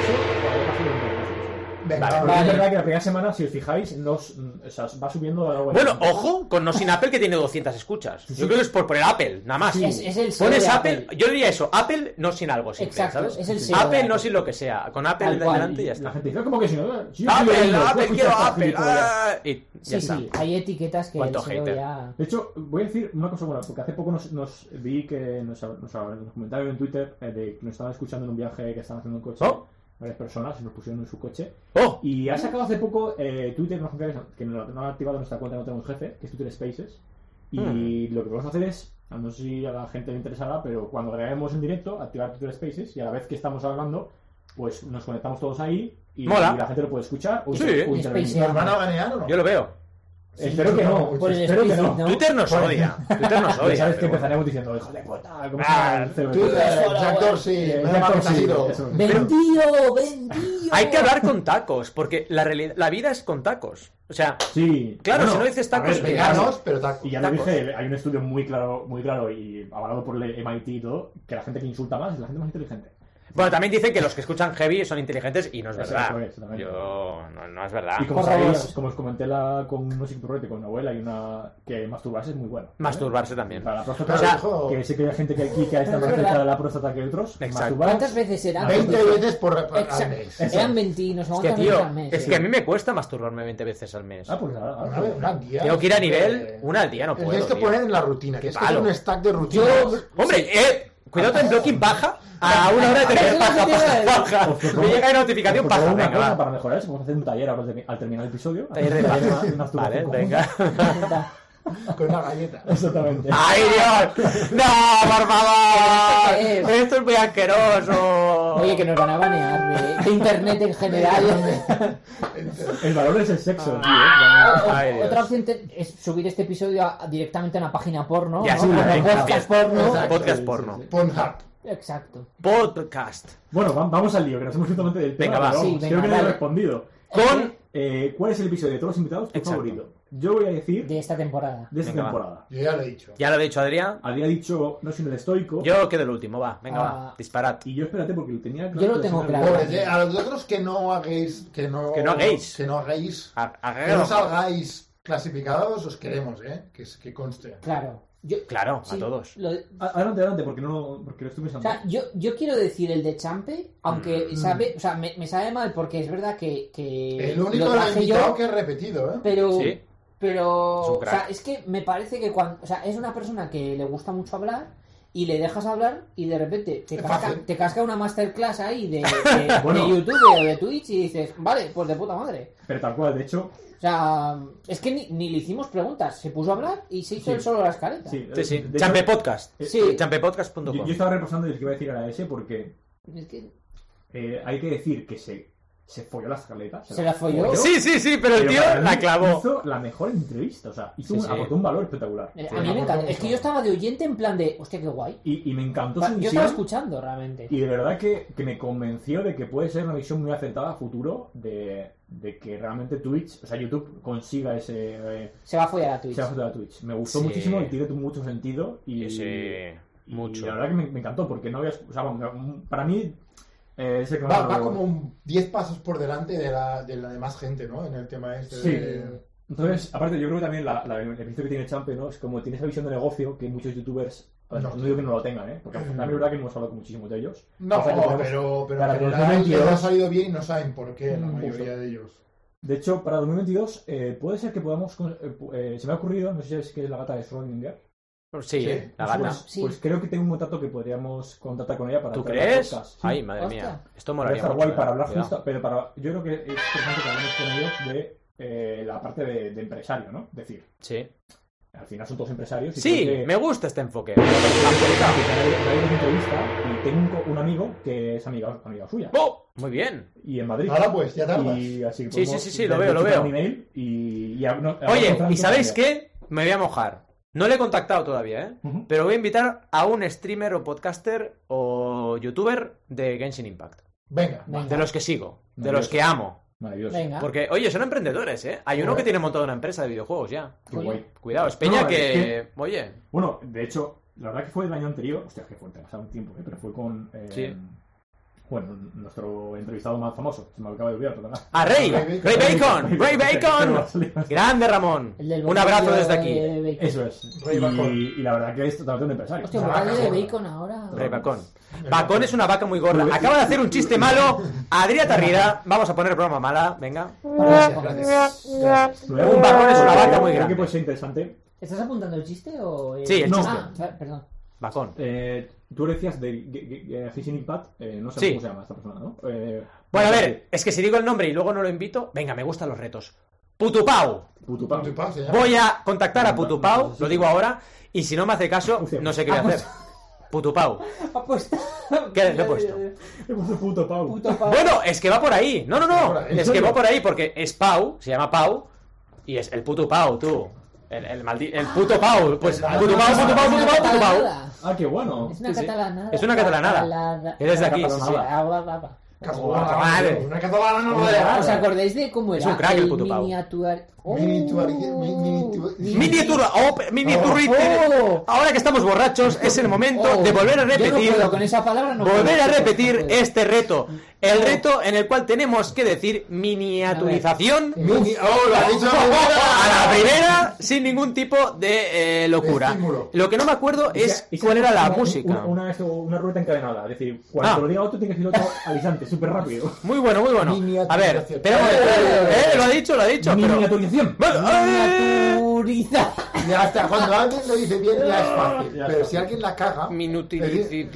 Venga,
Vale,
Pero
vale.
Es verdad que la primera semana, si os fijáis, nos, o sea, va subiendo a la web.
Bueno, ojo con No Sin Apple que tiene 200 escuchas. Yo creo que es por poner Apple, nada más.
Es, es el sello
Pones
de
Apple, yo diría eso, Apple no sin algo siempre,
Exacto,
¿sabes?
es el sello de
Apple no
Apple.
sin lo que sea, con Apple
Tal
en
cual,
delante y ya
La
está.
gente dice, "Ah, ¿cómo que si no? Si yo estoy
Apple,
oyendo, yo
Apple,
escucho
quiero
estas
Apple.
gilipollas.
ah, Y ya
Sí,
está.
sí, hay etiquetas que
Cuánto
el sello
hater.
ya-
De hecho, voy a decir una cosa buena, porque hace poco nos, nos vi que nos, nos, nos comentaron en Twitter eh, de que nos estaban escuchando en un viaje que estaban haciendo en coche
Oh.
varias personas y nos pusieron en su coche.
Oh,
Y ha sacado hace poco eh, Twitter, nos comentaron que no, no ha activado nuestra cuenta, no tenemos jefe, que es Twitter Spaces. Y
Hmm.
lo que vamos a hacer es, no sé si a la gente le interesará, pero cuando grabemos en directo, activar Twitter Spaces y a la vez que estamos hablando, pues nos conectamos todos ahí y,
Mola.
y la gente lo puede escuchar o,
Sí.
inter- o
Y
intervenir.
Spaces.
¿Nos van a banear o no?
yo lo veo.
Espero que
Pues
no,
Por el
espero que
explícito,
no.
¿no?
Twitter nos
Por-
odia. Twitter nos
Ya
odia.
sabes que
pero bueno.
empezaremos diciendo, hijo de puta, ¿cómo
Ah,
se llama el
Tú,
cerdo?
eh, Jack Dorsey,
Eh,
me
Jack
llaman
Dorsey,
Casiro.
eso es.
¡Vendido! ¡Vendido!
Hay que hablar con tacos, porque la realidad, la vida es con tacos. O sea,
Sí.
claro,
Bueno,
si no dices
a ver,
tacos,
Veganos, pero tacos.
Y ya lo
Tacos.
dije, hay un estudio muy claro, muy claro y avalado por el MIT y todo, que la gente que insulta más es la gente más inteligente.
Bueno, también dicen que los que escuchan heavy son inteligentes y no es
Eso
verdad.
es, eso también.
Yo no, no es verdad.
Y como
Por favor.
sabéis, como os comenté la, con unos turrete con una abuela y una que masturbarse es muy bueno. ¿vale?
Masturbarse también.
Para la próstata,
O sea,
que sé que hay gente que aquí que está
Es
más
verdad.
cerca de la próstata que otros.
Exacto.
masturbar-
¿Cuántas veces eran?
20 veces por, por al
Exacto.
mes.
Eran 20, nos
Es
vamos
que,
a ver
tío,
al mes.
es que a mí me cuesta masturbarme 20 veces al mes.
Ah, pues nada.
A ver, una al día.
Tengo que ir a nivel,
Eh,
una al día, no
Te
puedo.
Tienes que
tío.
poner en la rutina, que es que es
palo.
un stack de
Yo,
rutinas.
Hombre, eh, cuidado en blocking baja a una hora de
Eso
tener
no
paja,
se tiene
paja,
nada.
paja.
Os propongo-
Me llega la notificación
os
paja.
propongo ah, pues, una
Venga,
cosa
va.
para mejorar eso, vamos a hacer un taller ahora de- al terminar el episodio.
Taller de
Un
paja.
de masturbación
Vale,
conjunta.
venga.
Con una galleta.
Exactamente.
¡Ay, Dios! ¡No, por favor!
¿Qué es?
Esto es muy asqueroso.
Oye, que nos van a banear de, de internet en general.
El valor es el sexo, tío. ¿eh?
O-
Ay, Dios.
otra opción te- es subir este episodio a- directamente a una página porno.
Ya
¿no?
sí,
Como
venga,
podcast porno.
Exacto.
Podcast porno.
Pornhub.
Exacto.
Podcast.
Bueno, va- vamos al lío, que nos hemos totalmente del tema.
Venga, va.
pero
Sí,
vamos,
venga,
creo que no he
dale.
respondido.
Con.
Eh, ¿Cuál es el episodio de todos los invitados tu
Exacto.
favorito? Yo voy a decir
De esta temporada.
de esta
Venga, va.
temporada.
Yo ya lo he dicho.
Ya lo he dicho, Adrián.
Había dicho No sin el estoico.
Yo quedo el último, va. Venga, va.
Ah.
Disparad.
Y yo espérate porque lo tenía claro.
Yo lo
pero
tengo
se me
claro.
olvidó.
Pobres, eh, a los otros que no hagáis. Que no,
Que no hagáis. Ah,
Que no hagáis.
A- a-
Que no salgáis clasificados, os queremos, ¿eh? Que, es- que conste.
Claro. Yo-
Claro, a
sí,
todos.
lo-
A- Adelante, adelante, porque no porque lo estoy
o
pensando.
sea, yo, yo quiero decir el de Champe, aunque
Mm.
sabe, o sea, me, me sabe mal porque es verdad que, que
El único
lo traje
invitado
yo,
que he repetido, ¿eh?
pero
Sí.
Pero,
Es un
o
crack.
sea, es que me parece que cuando, o sea, es una persona que le gusta mucho hablar y le dejas hablar y de repente te,
Es
casca,
fácil.
te casca una masterclass ahí de, de-
Bueno.
de YouTube o de Twitch y dices, vale, pues de puta madre.
Pero tal cual, de hecho,
O sea, es que ni, ni le hicimos preguntas, se puso a hablar y se hizo
Sí.
él solo las caretas.
sí.
Sí, sí.
de hecho, eh,
Champe Podcast.
Sí.
yo, yo
Champepodcast.com.
estaba repasando el que iba a decir era ese porque
Es que
eh, hay que decir que se, se folló las escaleta.
Se la folló.
Sí, sí, sí, pero el
Pero
tío
para mí
la clavó.
Hizo la mejor entrevista, o sea, hizo
Sí,
un,
sí.
aportó un valor espectacular.
eh,
Sí,
a mí
me
me encanta.
acuerdo
Es que
mucho.
yo estaba de oyente en plan de, hostia, qué guay.
Y, y me encantó su
Yo estaba
visión.
escuchando realmente.
Y de verdad que, que me convenció de que puede ser una visión muy acertada a futuro de, de que realmente Twitch, o sea, YouTube consiga ese. eh,
Se va a follar a Twitch.
ese asunto de Twitch. Me gustó
Sí.
muchísimo y tiene mucho sentido. Y,
Sí,
y
mucho.
la verdad que me, me encantó porque no había. O sea, bueno, para mí. eh, ese que
Va,
no-
va como un 10 pasos por delante de la de la demás gente, ¿no? En el tema este.
Sí.
de-
Entonces, aparte, yo creo que también la, la- el beneficio que tiene Champe, ¿no? Es como tiene esa visión de negocio que muchos youtubers, a ver, no, digo que no lo tengan, ¿eh? Porque también es verdad que hemos hablado muchísimo de ellos.
No,
O sea, que tenemos-
pero, pero
para
en
que los
general
demandos-
les ha salido bien y no saben por qué la
Mm,
mayoría
justo.
de ellos.
De hecho, para 2022 eh, puede ser que podamos... con- eh, pu- eh, se me ha ocurrido, no sé si es que es la gata de Schrödinger.
Sí,
Sí,
eh, la
Pues,
gata.
Pues,
Sí.
pues creo que tengo un contacto que podríamos contratar con ella para...
¿Tú
traer al
crees?
podcast. Sí.
Ay, madre mía.
Hostia.
Esto
Podría
molaría
estar
mucho.
guay
eh.
para hablar
Cuidado.
justo, pero para, yo creo que es interesante que hablemos con ellos de eh, la parte de, de empresario, ¿no? Es decir,
Sí.
al final son todos empresarios. Y
Sí,
creo que-
me gusta este enfoque.
que trae- trae una entrevista y tengo un, co- un amigo que es amiga, amiga suya.
¡Oh! Muy bien.
Y en Madrid.
Ahora pues, ya tardas.
Y así que
Sí,
podemos
sí, sí, sí, lo
le-
veo,
le
lo veo.
echar un email y- y a- no- a-
Oye,
a-
¿y sabéis
a-
qué? Me voy a mojar. No le he contactado todavía, ¿eh?
Ujú.
Pero voy a invitar a un streamer o podcaster o youtuber de Genshin Impact.
Venga.
Venga.
De los que sigo, de
Maravilloso.
los que amo.
Maravilloso.
Venga.
Porque, oye, son emprendedores, ¿eh? Hay uno que tiene montada una empresa de videojuegos ya.
Qué guay.
Cuidado, es Peña
No, es
que... Oye,
Bueno, de hecho, la verdad que fue el año anterior. Hostia, que fue, ha pasado un tiempo, ¿eh? pero fue con. eh,
Sí.
Bueno, nuestro entrevistado más famoso. Se me acaba de olvidar, perdona.
a Ah, Rey,
Ray
Rey
Bacon.
Bacon, Rey Bacon.
Bacon.
Grande Ramón.
El del
Un abrazo
bocadillo
desde
de
aquí.
bacon.
Eso es.
Ray
y,
Bacon.
y la verdad que es totalmente un empresario.
Hostia,
Ah,
un bocadillo
cabrón.
de bacon ahora.
Rey Bacon. Bacon es una vaca muy gorda. Acaba de hacer un chiste malo. Adrián Tarrida, vamos a poner broma mala, venga.
Gracias, gracias. gracias.
Luego-
Un bacon es una vaca muy
Creo
grande.
que puede ser interesante.
¿Estás apuntando el chiste o.? eh?
Sí, el
No.
chiste.
Ah, va- perdón.
Bacon.
Eh, tú decías de G- G- G- Genshin Impact, eh, no sé
Sí.
cómo se llama esta persona, ¿no? Eh,
Bueno, a ver, es que si digo el nombre y luego no lo invito, venga, me gustan los retos. Putupau.
Putupau.
Putupau se llama.
Voy a contactar a Putupau, lo digo ahora, y si no me hace caso, no sé qué voy a hacer. Putupau.
Ha puesto.
¿Qué le he puesto?
Le puso puto Pau.
Puto pa-
Bueno, es que va por ahí. No, no,
Por
no.
ahí,
Es que
coño.
va por ahí porque es Pau, se llama Pau, y es el Putupau, tú. El, el, maldi- el puto Pau. Pues
Ah,
Putupau,
es una
Putupau, Putupau, Putupau.
catalanada.
Ah, qué bueno.
Es una
Sí, sí.
catalanada.
Es una catalanada.
Catalada-
Que desde aquí, sí,
Catalanada.
sí.
Ah, va, va, va.
Catalana,
Vale.
Una catalana no lo
Catalana.
¿Os acordáis de cómo era
un crack el puto pavo.
miniatuar...
Miniatura- mi- miniatura-
Miniatura, oh, pe- miniaturriter.
Oh.
Ahora que estamos borrachos, es el momento
Oh.
de volver a
Yo no
repetir.
puedo, con esa Oh. palabra no
volver
puedo.
a repetir
No puedo.
este reto. El reto en el cual tenemos que decir miniaturización.
Mini- ¡Oh, lo ha dicho!
A la primera, sin ningún tipo de eh, locura.
Estímulo.
Lo que no me acuerdo es cuál era la
Una-
música.
Una, una, esto- una rueda encadenada. Es decir, cuando
Ah.
te lo diga otro, tiene que decir otro al instante, súper rápido.
Muy bueno, muy bueno. A ver, espera un momento. Eh, Lo ha dicho, lo ha dicho. pero-
Miniaturización.
Bueno, eh,
Miniaturiza.
Ya está, cuando alguien lo dice bien ya es fácil.
Ya
pero
está.
si alguien la caga, es,
minutilici-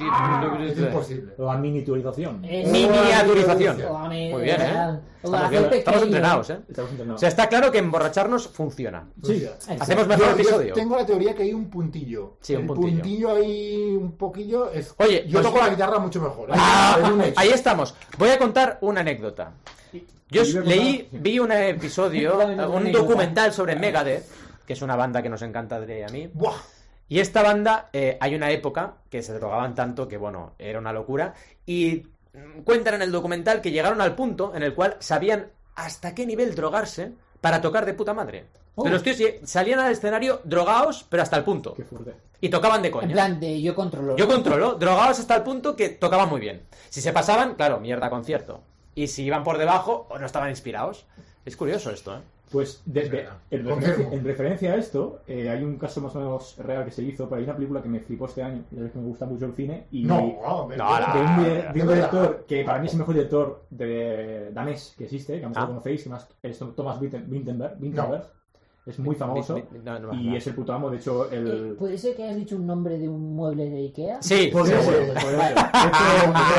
es imposible.
La miniaturización.
Eh.
Es-
Miniaturización.
Joder,
Muy bien, ¿eh?
¿verdad?
Estamos,
Hacer
bien, estamos
pequeño.
entrenados, ¿eh?
Estamos
O
entrenados.
sea, está claro que emborracharnos funciona.
Sí.
Hacemos mejor
Yo- yo
episodio.
tengo la teoría que hay un puntillo.
Sí, un
El
puntillo.
ahí, un poquillo. Es...
Oye,
yo
pues-
toco la guitarra mucho mejor. ¿eh?
Ah,
Es un hecho.
ahí estamos. Voy a contar una anécdota. Yo
Y voy a contar-
leí, vi un episodio,
Yo también tengo una
un
anécdota.
documental sobre Megadeth, que es una banda que nos encanta a Adri y a mí.
Buah.
Y esta banda, eh, hay una época que se drogaban tanto que, bueno, era una locura. Y mm, cuentan en el documental que llegaron al punto en el cual sabían hasta qué nivel drogarse para tocar de puta madre.
Oh.
Pero los tíos ye- salían al escenario drogados, pero hasta el punto.
Qué fuerte.
Y tocaban de coña.
En plan de yo controlo.
Yo controlo, drogados hasta el punto que tocaban muy bien. Si se pasaban, claro, mierda concierto. Y si iban por debajo, o no estaban inspirados. Es curioso esto, ¿eh?
Pues de- de-
verdad.
en,
Confirmo.
referencia, en referencia a esto, eh, hay un caso más o menos real que se hizo, pero hay una película que me flipó este año, ya sabes que me gusta mucho el cine, y
No,
de
No, no.
no,
un, dire- de un
Ah.
director que para mí es el mejor director de danés que existe, que a lo mejor
Ah.
conocéis, que más, es Thomas Witten- Wittenberg, Wittenberg. es muy famoso,
Ni- ni- no, no,
y
no.
es el puto amo, de hecho,
Eh, pues,
el...
¿Puede ser que hayas dicho un nombre de un mueble de Ikea?
Sí,
Podría
seguro.
ser.
Podría ser.
Ah,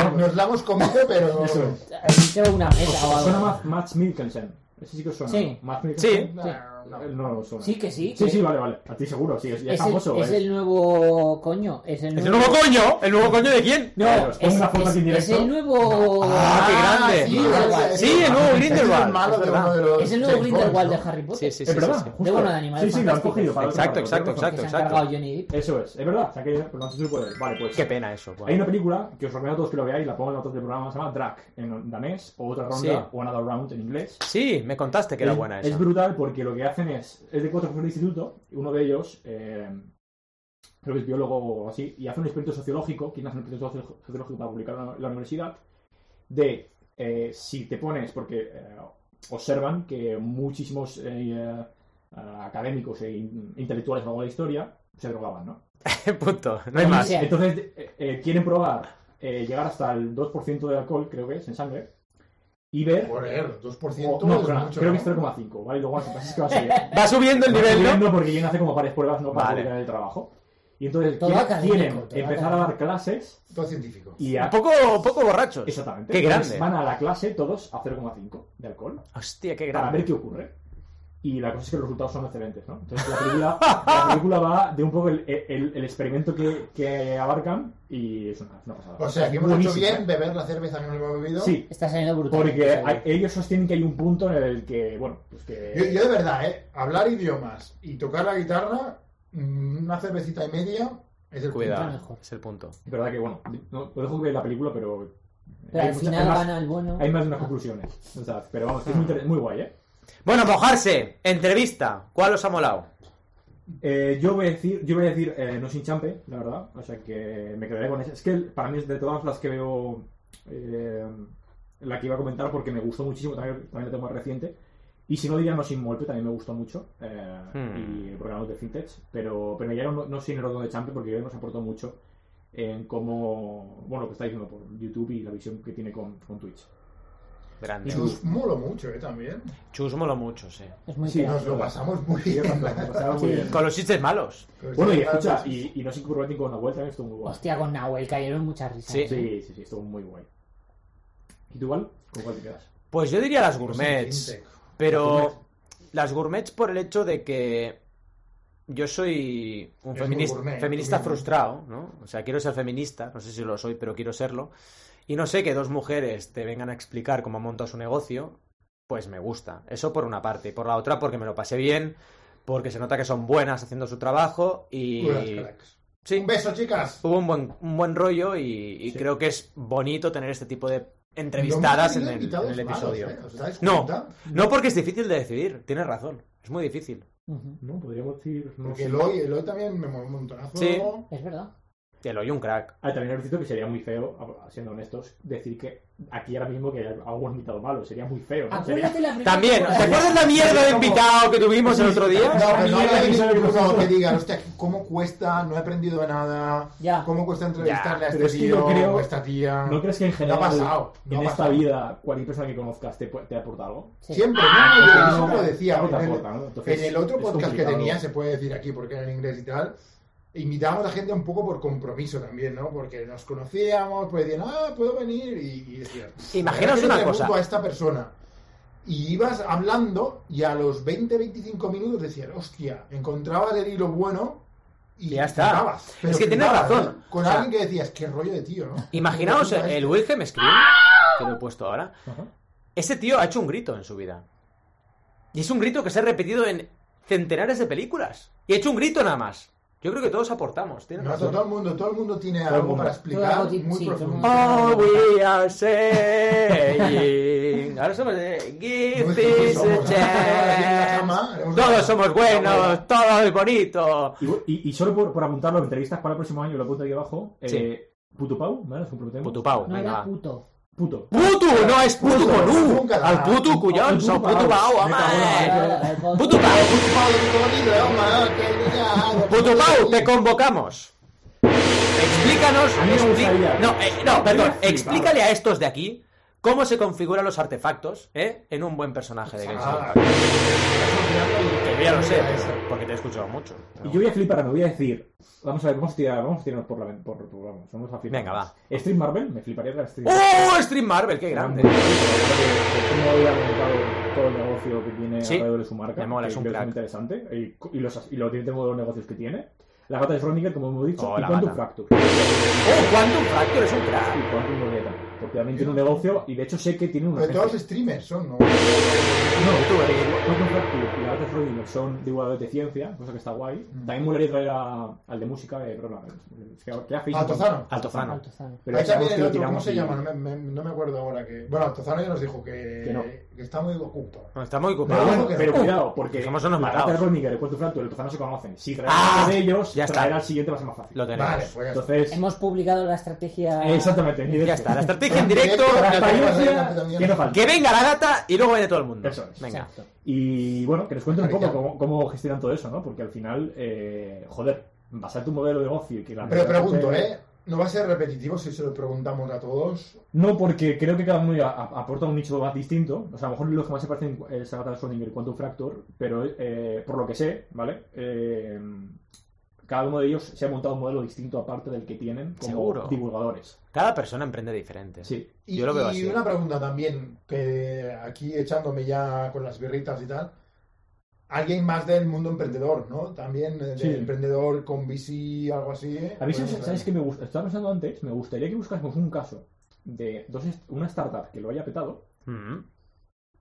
Nos- Nos la hemos comido, pero.
Eso es.
Has dicho una mesa o
¿Os Pues suena
algo.
más Max Mikkelsen? Ese sí que os suena.
Sí.
Max
Sí.
Mikkelsen. Eh, No lo suena.
Sí, que sí.
Sí,
que-
sí, vale, vale. A ti seguro, sí, es, ya
Es,
es famoso.
el, es
eh.
el nuevo coño. Es el
¿Es
nuevo,
el nuevo coño? ¿El nuevo coño de quién?
No, os pongo
es,
una foto
es-
aquí en
es
directo.
el nuevo.
Ah, qué grande.
Sí,
Grindelwald.
es-
Sí, el nuevo Grindelwald.
Es el malo de uno de los.
Es el nuevo
James
Grindelwald
Bond,
de
¿no?
Harry Potter.
Sí, sí, sí.
es verdad,
sí, sí.
justo.
De bueno, de animales
Sí, sí, lo han
fantásticos.
cogido para
Exacto,
otro lado,
exacto,
otro lado.
Que se han
exacto.
cargado a Johnny Depp.
Eso es, es verdad, se ha caído, pero no se supo de él. Vale, pues.
Qué pena eso. guau.
Hay una película que os recomiendo a todos que lo veáis, la pongo en la nota del programa, se llama Drag en danés, o otra ronda,
Sí.
o Another Round en inglés.
Sí, me contaste que era
es,
buena
es
esa.
brutal porque lo que hacen es. Es de cuatro profesores de instituto, y uno de ellos, eh, creo que es biólogo o algo así, y hace un experimento sociológico, quien hace un experimento socio- sociológico para publicarlo en la- en la universidad, de eh, si te pones, porque eh, observan que muchísimos eh, ah, académicos e in- intelectuales a lo largo de la historia se drogaban, ¿no?
Punto. No hay más.
sea.
Entonces eh, eh, quieren probar eh, llegar hasta el 2% de alcohol, creo que es, en sangre, y ver...
Joder, 2%
o- Oh, no,
es
pero
mucho,
creo
¿no?
que es 3,5, ¿vale? Y luego lo que pasa es que va a ser...
Va subiendo el
Va
nivel, ¿no?
subiendo porque quieren hacer como varias pruebas no para
Vale.
publicar el trabajo. Y entonces
Todo
quieren,
académico,
quieren
todo
empezar a dar clases
Todo científico.
y a...
Un poco, poco borrachos.
Exactamente.
Qué
Entonces
grande.
Van a la clase todos a 0,5 de alcohol
Hostia, qué
para ver
grande.
qué ocurre. Y la cosa es que los resultados son excelentes, ¿no? Entonces la película, la película va de un poco el, el- el experimento que, que abarcan y es una, es una pasada.
O sea, que hemos
Buenísimo,
hecho bien
¿eh?
beber la cerveza que no hemos bebido.
Sí,
Está saliendo brutal.
porque
Está
hay-
bien.
ellos sostienen que hay un punto en el que, bueno, pues que...
Yo, yo de verdad, ¿eh? Hablar idiomas y tocar la guitarra, mm, una cervecita y media, es el
Está
Cuidado.
mejor.
Es el punto.
Es verdad que, bueno, no, lo dejo que la película, pero...
Pero
hay
al
muchas-
final
hay más-
gana el bueno. Ah,
Hay más de unas conclusiones. O sea, pero vamos, que es muy,
Ah.
inter- muy guay, ¿eh?
Bueno, mojarse. Entrevista. ¿Cuál os ha molado?
Eh, yo voy a decir, yo voy a decir eh, no sin champe, la verdad. O sea que me quedaré con esa. Es que para mí es de todas las que veo eh, la que iba a comentar porque me gustó muchísimo, también, también la tengo más reciente. Y si no diría no sin molpe, también me gustó mucho. Eh,
Hmm.
Y programas de fintech. Pero, pero me llegaron no, no sin el rodo de champe porque creo que nos aportó mucho en cómo, bueno, lo que está diciendo por YouTube y la visión que tiene con, con Twitch.
Grande. Chus,
Chus molo mucho, ¿eh? También.
mola mucho, sí.
Es muy
Sí,
crack.
Nos lo pasamos muy
Y
bien.
es verdad, me pasaba muy
Sí.
bien.
Con los chistes malos.
Bueno, y escucha,
este
y, y no sin curvatín con la vuelta, que estuvo muy guay.
Hostia, con Nahuel cayeron muchas risas.
Sí.
Sí, sí, sí, estuvo muy guay. ¿Y tú igual? ¿Con cuál te quedas?
Pues yo diría las
Los
gourmets.
fintech.
Pero las gourmets por el hecho de que yo soy un
Eres
feminista,
muy gourmet,
feminista
tú mismo.
frustrado, ¿no? O sea, quiero ser feminista, no sé si lo soy, pero quiero serlo. Y no sé que dos mujeres te vengan a explicar cómo monta su negocio, pues me gusta. Eso por una parte. Y por la otra, porque me lo pasé bien, porque se nota que son buenas haciendo su trabajo y...
Unas cracks.
Sí,
Un beso, chicas.
hubo un buen, un buen rollo y, y
Sí.
creo que es bonito tener este tipo de entrevistadas
No
en
hemos
el,
tenido
en el
invitados
episodio.
malos, ¿eh? ¿Os dais
No.
cuenta?
No porque es difícil de decidir, tienes razón, es muy difícil.
Ujú.
No, podríamos decir. No
Porque
sé.
el hoy, el hoy también me moló un montonazo.
Sí.
Es verdad.
Pues
Te lo oye un crack.
Ah, también es cierto que sería muy feo, a- siendo honestos, decir que aquí ahora mismo que hay algún invitado malo. Sería muy feo, ¿no? Sería...
Acuérdate la primera
También, ¿te
temporada.
acuerdas la mierda de invitado que tuvimos el otro
No,
día?
pero no
Mierda,
hay
episodio que
ninguno
nosotros-
que diga, hostia, cómo cuesta, no he aprendido nada,
Ya.
cómo cuesta entrevistarle a
pero
este
es que
tío
yo creo-
o a esta tía.
¿No crees que en
No
general,
ha pasado. no
en
ha
esta
pasado.
vida, cualquier persona que conozcas te, pu- te aporta algo?
Sí.
Siempre, no,
Porque
yo
no-
eso lo decía.
algo te
En el,
aporta, ¿no? Entonces,
en el otro
es
podcast que
complicado.
tenía, se puede decir aquí porque era en inglés y tal, invitábamos a gente un poco por compromiso también, ¿no? Porque nos conocíamos, pues decían, ah, puedo venir y, y decían,
Imaginaos una cosa.
a esta persona. Y ibas hablando y a los 20-25 minutos decías, hostia, encontrabas el hilo bueno y
Ya está.
flipabas.
Es que tienes
flipabas,
razón.
¿eh? Con
O sea,
alguien que decías, qué rollo de tío, ¿no?
Imaginaos
Qué rollo
el
este.
Wilhelm Scream, que lo he puesto ahora.
Ajá.
Ese tío ha hecho un grito en su vida. Y es un grito que se ha repetido en centenares de películas. Y ha hecho un grito nada más. Yo creo que todos aportamos, tienes
No,
razón.
todo el mundo, todo el mundo tiene
el
algo
mundo.
para explicar
Todo el mundo
muy
tiene- sí, todo el
profundo.
mundo.
All we are saying. Ahora somos de
No
Give
es que
this
somos, ¿no?
a
Aquí en la
chance.
cama, haremos una-
Todos somos buenos, todo es bonito.
Y, bu- y- y solo por, por apuntarlo, entrevistas para el próximo año, lo apunto aquí abajo.
Sí.
Eh, Putupau, ¿vale? Nos comprometemos.
Putupau,
No
venga.
era
va.
puto.
Puto.
Putu, no es putu
Puto,
con U.
nunca.
Al putu cuyón,
Al
son
putu
putu
pao.
pao,
Me
ama,
cago en
eh.
la-
Putu pao, putu pao, te convocamos. Explícanos,
A mí me
expli-
gustaría.
no, eh, no,
A mí me
perdón,
flipaba.
explícale a estos de aquí cómo se configuran los artefactos, ¿eh? En un buen personaje de Games
Ah,
Workshop. Que ya lo sé, porque te he escuchado mucho.
Y yo voy a flipar, me voy a decir. Vamos a ver, vamos a tirar, vamos a tirarnos por la ven- por, por- vamos, vamos a flipar.
Venga, va.
Stream Marvel, me fliparía la Stream Marvel.
¡Oh, Stream Marvel, qué grande!
Porque- porque ¿Cómo había montado todo el negocio que tiene
Sí.
alrededor de su marca?
Me mola,
que
es un
creo que
crack.
muy interesante. Y, co- y los, y lo tiene todos los negocios que tiene. La gata de Schrödinger, como hemos dicho,
Oh,
y
la
Quantum
gata.
Fracture.
¡Oh, Quantum Fractor es un
Y
crack!
Quantum Mania también. Porque también tiene un negocio y de hecho sé que tiene una.
Pero todos
agencia.
streamers son, ¿no?
No, Quantum Fracture y la gata de Schrödinger son de igualdad de ciencia, cosa que está guay. También molaría traer a- al de música, eh, perdón, es que- que hace-
A Altozano.
Altozano.
Altozano.
Pero
Ahí
ese
también el
negocio lo
otro, ¿cómo
tiramos
se
y-
llama? No me, me- no me acuerdo ahora que... Bueno, Tozano ya nos dijo que,
Que no.
que está muy ocupado.
No, Está muy
Pero
ocupado.
bueno,
que-
pero
uh,
cuidado, porque
somos unos
la
matados.
Gata Roninger y el Cuarto Fracto y el Tozano se conocen. Si traer
Ah,
uno de ellos,
ya está.
traer al siguiente va a ser más fácil.
Lo tenemos.
Vale, pues ya está.
Entonces,
Hemos publicado la estrategia.
exactamente. ni de
Ya
esto.
está, la Twitch en directo. lo
La
tenemos.
¿eh?
experiencia que no falta.
Que venga la gata y luego viene todo el mundo.
Eso es.
Venga.
Exacto.
Y bueno, que nos cuenten un poco
Cariño.
cómo, cómo gestionan todo eso, ¿no? Porque al final, eh, joder, basar tu modelo de negocio y que la
Pero pregunto, ¿eh? ¿No va a ser repetitivo si se lo preguntamos a todos?
No, porque creo que cada uno a- a- aporta un nicho más distinto. O sea, a lo mejor los que más se parecen eh, es Agatha Schrödinger y Quantum Fractor, pero eh, por lo que sé, ¿vale? Eh, cada uno de ellos se ha montado un modelo distinto aparte del que tienen como
Seguro.
divulgadores.
Cada persona emprende diferente.
Sí.
Y,
Yo lo veo
y
así.
una pregunta también, que aquí echándome ya con las birritas y tal, alguien más del mundo emprendedor, ¿no? También eh, de
Sí.
emprendedor con VC, algo así. ¿eh?
A mí, ¿sabes,
Podemos
sabes
traer.
qué me gusta? Estaba pensando antes, me gustaría que buscásemos un caso de dos est- una startup que lo haya petado
Mm.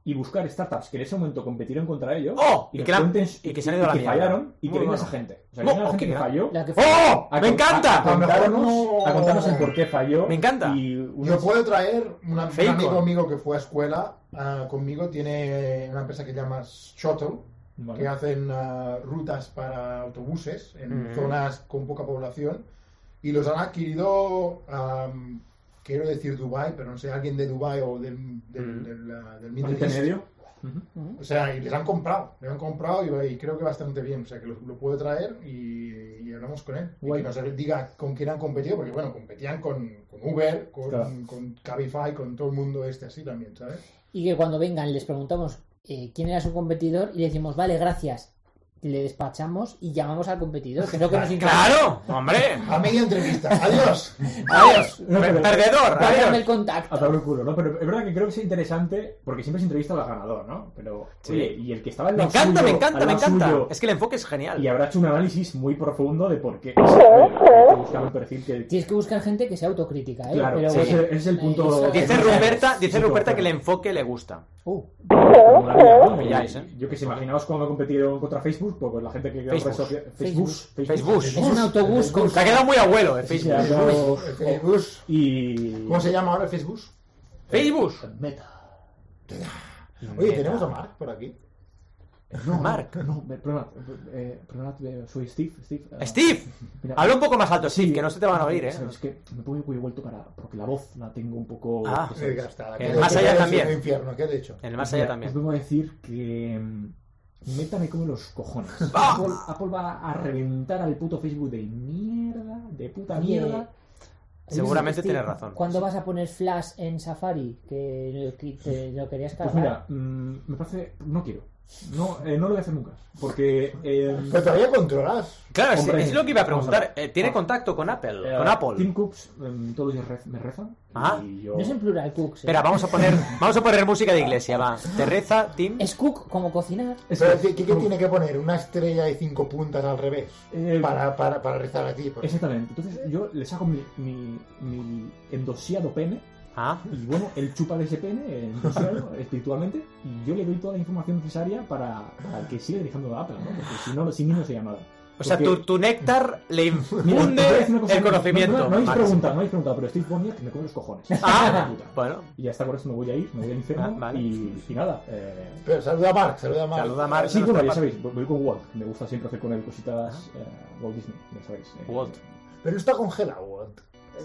y buscar startups que en ese momento competieron contra ellos
¡Oh! Y
nos
que la-
cuenten s-
y que se han ido a la
que
mierda.
fallaron y
Muy
que venga
bueno.
esa gente. O sea,
Mo-
que venga la
oh,
gente
qué
que
gran-
falló
La que fue-
¡Oh!
a
¡Me
con-
encanta!
A, a contarnos,
No.
a contarnos el por qué falló.
Me encanta.
Y una-
Yo puedo traer un, am- un
Fake
amigo
one.
mío que fue a escuela ah, conmigo, tiene una empresa que se llama Shuttle,
Vale.
que hacen ah, rutas para autobuses en
Mm.
zonas con poca población y los han adquirido, am, quiero decir Dubai, pero no sé, alguien de Dubai o del, del,
Mm.
del, ah, del
¿Un
Middle East.
intermedio? Ujú.
Ujú.
O sea, y les han comprado, les han comprado y, y creo que bastante bien. O sea, que lo, lo puedo traer y, y hablamos con él.
Guay.
Y que nos diga con quién han competido, porque bueno, competían con, con Uber, con,
Claro.
con Cabify, con todo el mundo este así también, ¿sabes?
Y que cuando vengan les preguntamos eh, quién era su competidor y le decimos, vale, gracias. Le despachamos y llamamos al competidor, que es lo que nos interesa.
¡Claro! ¡Hombre!
A media entrevista. Adiós.
¡Adiós!
No, pero-
¡Perdedor!
Dame el
¡Adiós!
contacto.
A el culo, ¿no? Pero es verdad que creo que es interesante porque siempre se entrevista al ganador, ¿no? Pero,
Sí.
oye, y el que estaba en
Me
la
encanta,
suyo,
me encanta,
al
me
lado
encanta.
suyo,
Es que el enfoque es
Y
genial.
habrá hecho un análisis muy profundo de por qué. Hay que buscar un perfil que.
Tienes que buscar gente que sea autocrítica, ¿eh?
Claro,
Pero
sí,
bueno,
ese- ese es el punto-
eso-
Dice
Sí,
Ruperta,
sí,
dice
sí,
Ruperta
claro.
que el enfoque le gusta.
Uh,
¿no?
Pilláis, ¿eh?
Yo que sé, imaginaos cuando competieron contra Facebook, pues la gente que quedó en
Facebook.
red social-
Facebook.
Facebook.
Facebook.
es un autobús con...
Se ha quedado muy abuelo de
Sí, sí,
Facebook.
ha quedado-
El Facebook.
Y.
¿Cómo se llama ahora el Facebook?
¡Facebook!
Eh, Meta.
Oye, tenemos a Mark por aquí.
No,
Mark.
No, me- perdonad, eh, perdonad, eh, soy Steve. Steve. ah,
¡Steve!
mira,
Habla un poco más alto, Steve, que no se te van a oír, ¿eh?
¿sabes? Es que me pongo muy vuelto para. Porque la voz la tengo un poco. pues,
Ah.
¿sabes?
Desgastada.
El
¿Qué has
más
hecho?
allá
¿Qué has
también.
hecho? infierno, ¿qué has hecho?
En el más allá
Mira, Os
también.
vengo a decir que. mm, Meta me come los cojones.
¡Ah!
Apple, Apple va a reventar al puto Facebook de mierda, de puta
Oye,
mierda.
Seguramente
Steve,
tienes razón.
¿Cuándo vas a poner Flash en Safari? Que que te lo querías
Pues mira,
cargar.
mm, me parece. No quiero. No, eh, no lo voy a hacer nunca. Porque. eh,
Pero todavía controlas.
Claro, es,
Hombre,
es lo que iba a preguntar.
vamos a ver.
Eh, ¿Tiene
Ah.
contacto con Apple?
eh,
Con Apple.
Tim Cooks mm, todos los días rez- me rezan.
Ah.
Y yo.
No es en plural, Cook. ¿eh?
Espera, vamos a poner, vamos a poner música de iglesia, va. Terreza, Tim.
Es Cook como cocinar.
Es
Pero,
que-
¿qué, qué- qué tiene que poner? ¿Una estrella de cinco puntas al revés?
Eh,
Para, para, para rezar a ti. porque-
Exactamente. Entonces yo le saco mi, mi, mi endosiado pene
Ah,
y bueno, él chupa de ese pene, el endosiado, espiritualmente, y yo le doy toda la información necesaria para, para que siga dejando la Apple, ¿no? Porque si no, sin mí no sería nada.
o sea,
Porque-
tu, tu néctar le
Mira, te voy a
infunde
decir una cosa,
el
no-
conocimiento.
No, no, habéis
Max.
preguntado, no habéis preguntado, pero Steve Boniek me come los cojones.
Ah,
Puta.
bueno.
Y ya está, con esto me voy a ir, me voy al infierno
Ah, vale.
y, y nada. Eh,
Pero saluda a Mark, saluda a Mark.
Saluda a Mark.
Sí,
no
bueno,
está
ya
mal.
sabéis, voy voy con Walt, que me gusta siempre hacer con él cositas eh, Walt Disney, ya sabéis. eh,
Walt.
Pero está congelado. Walt.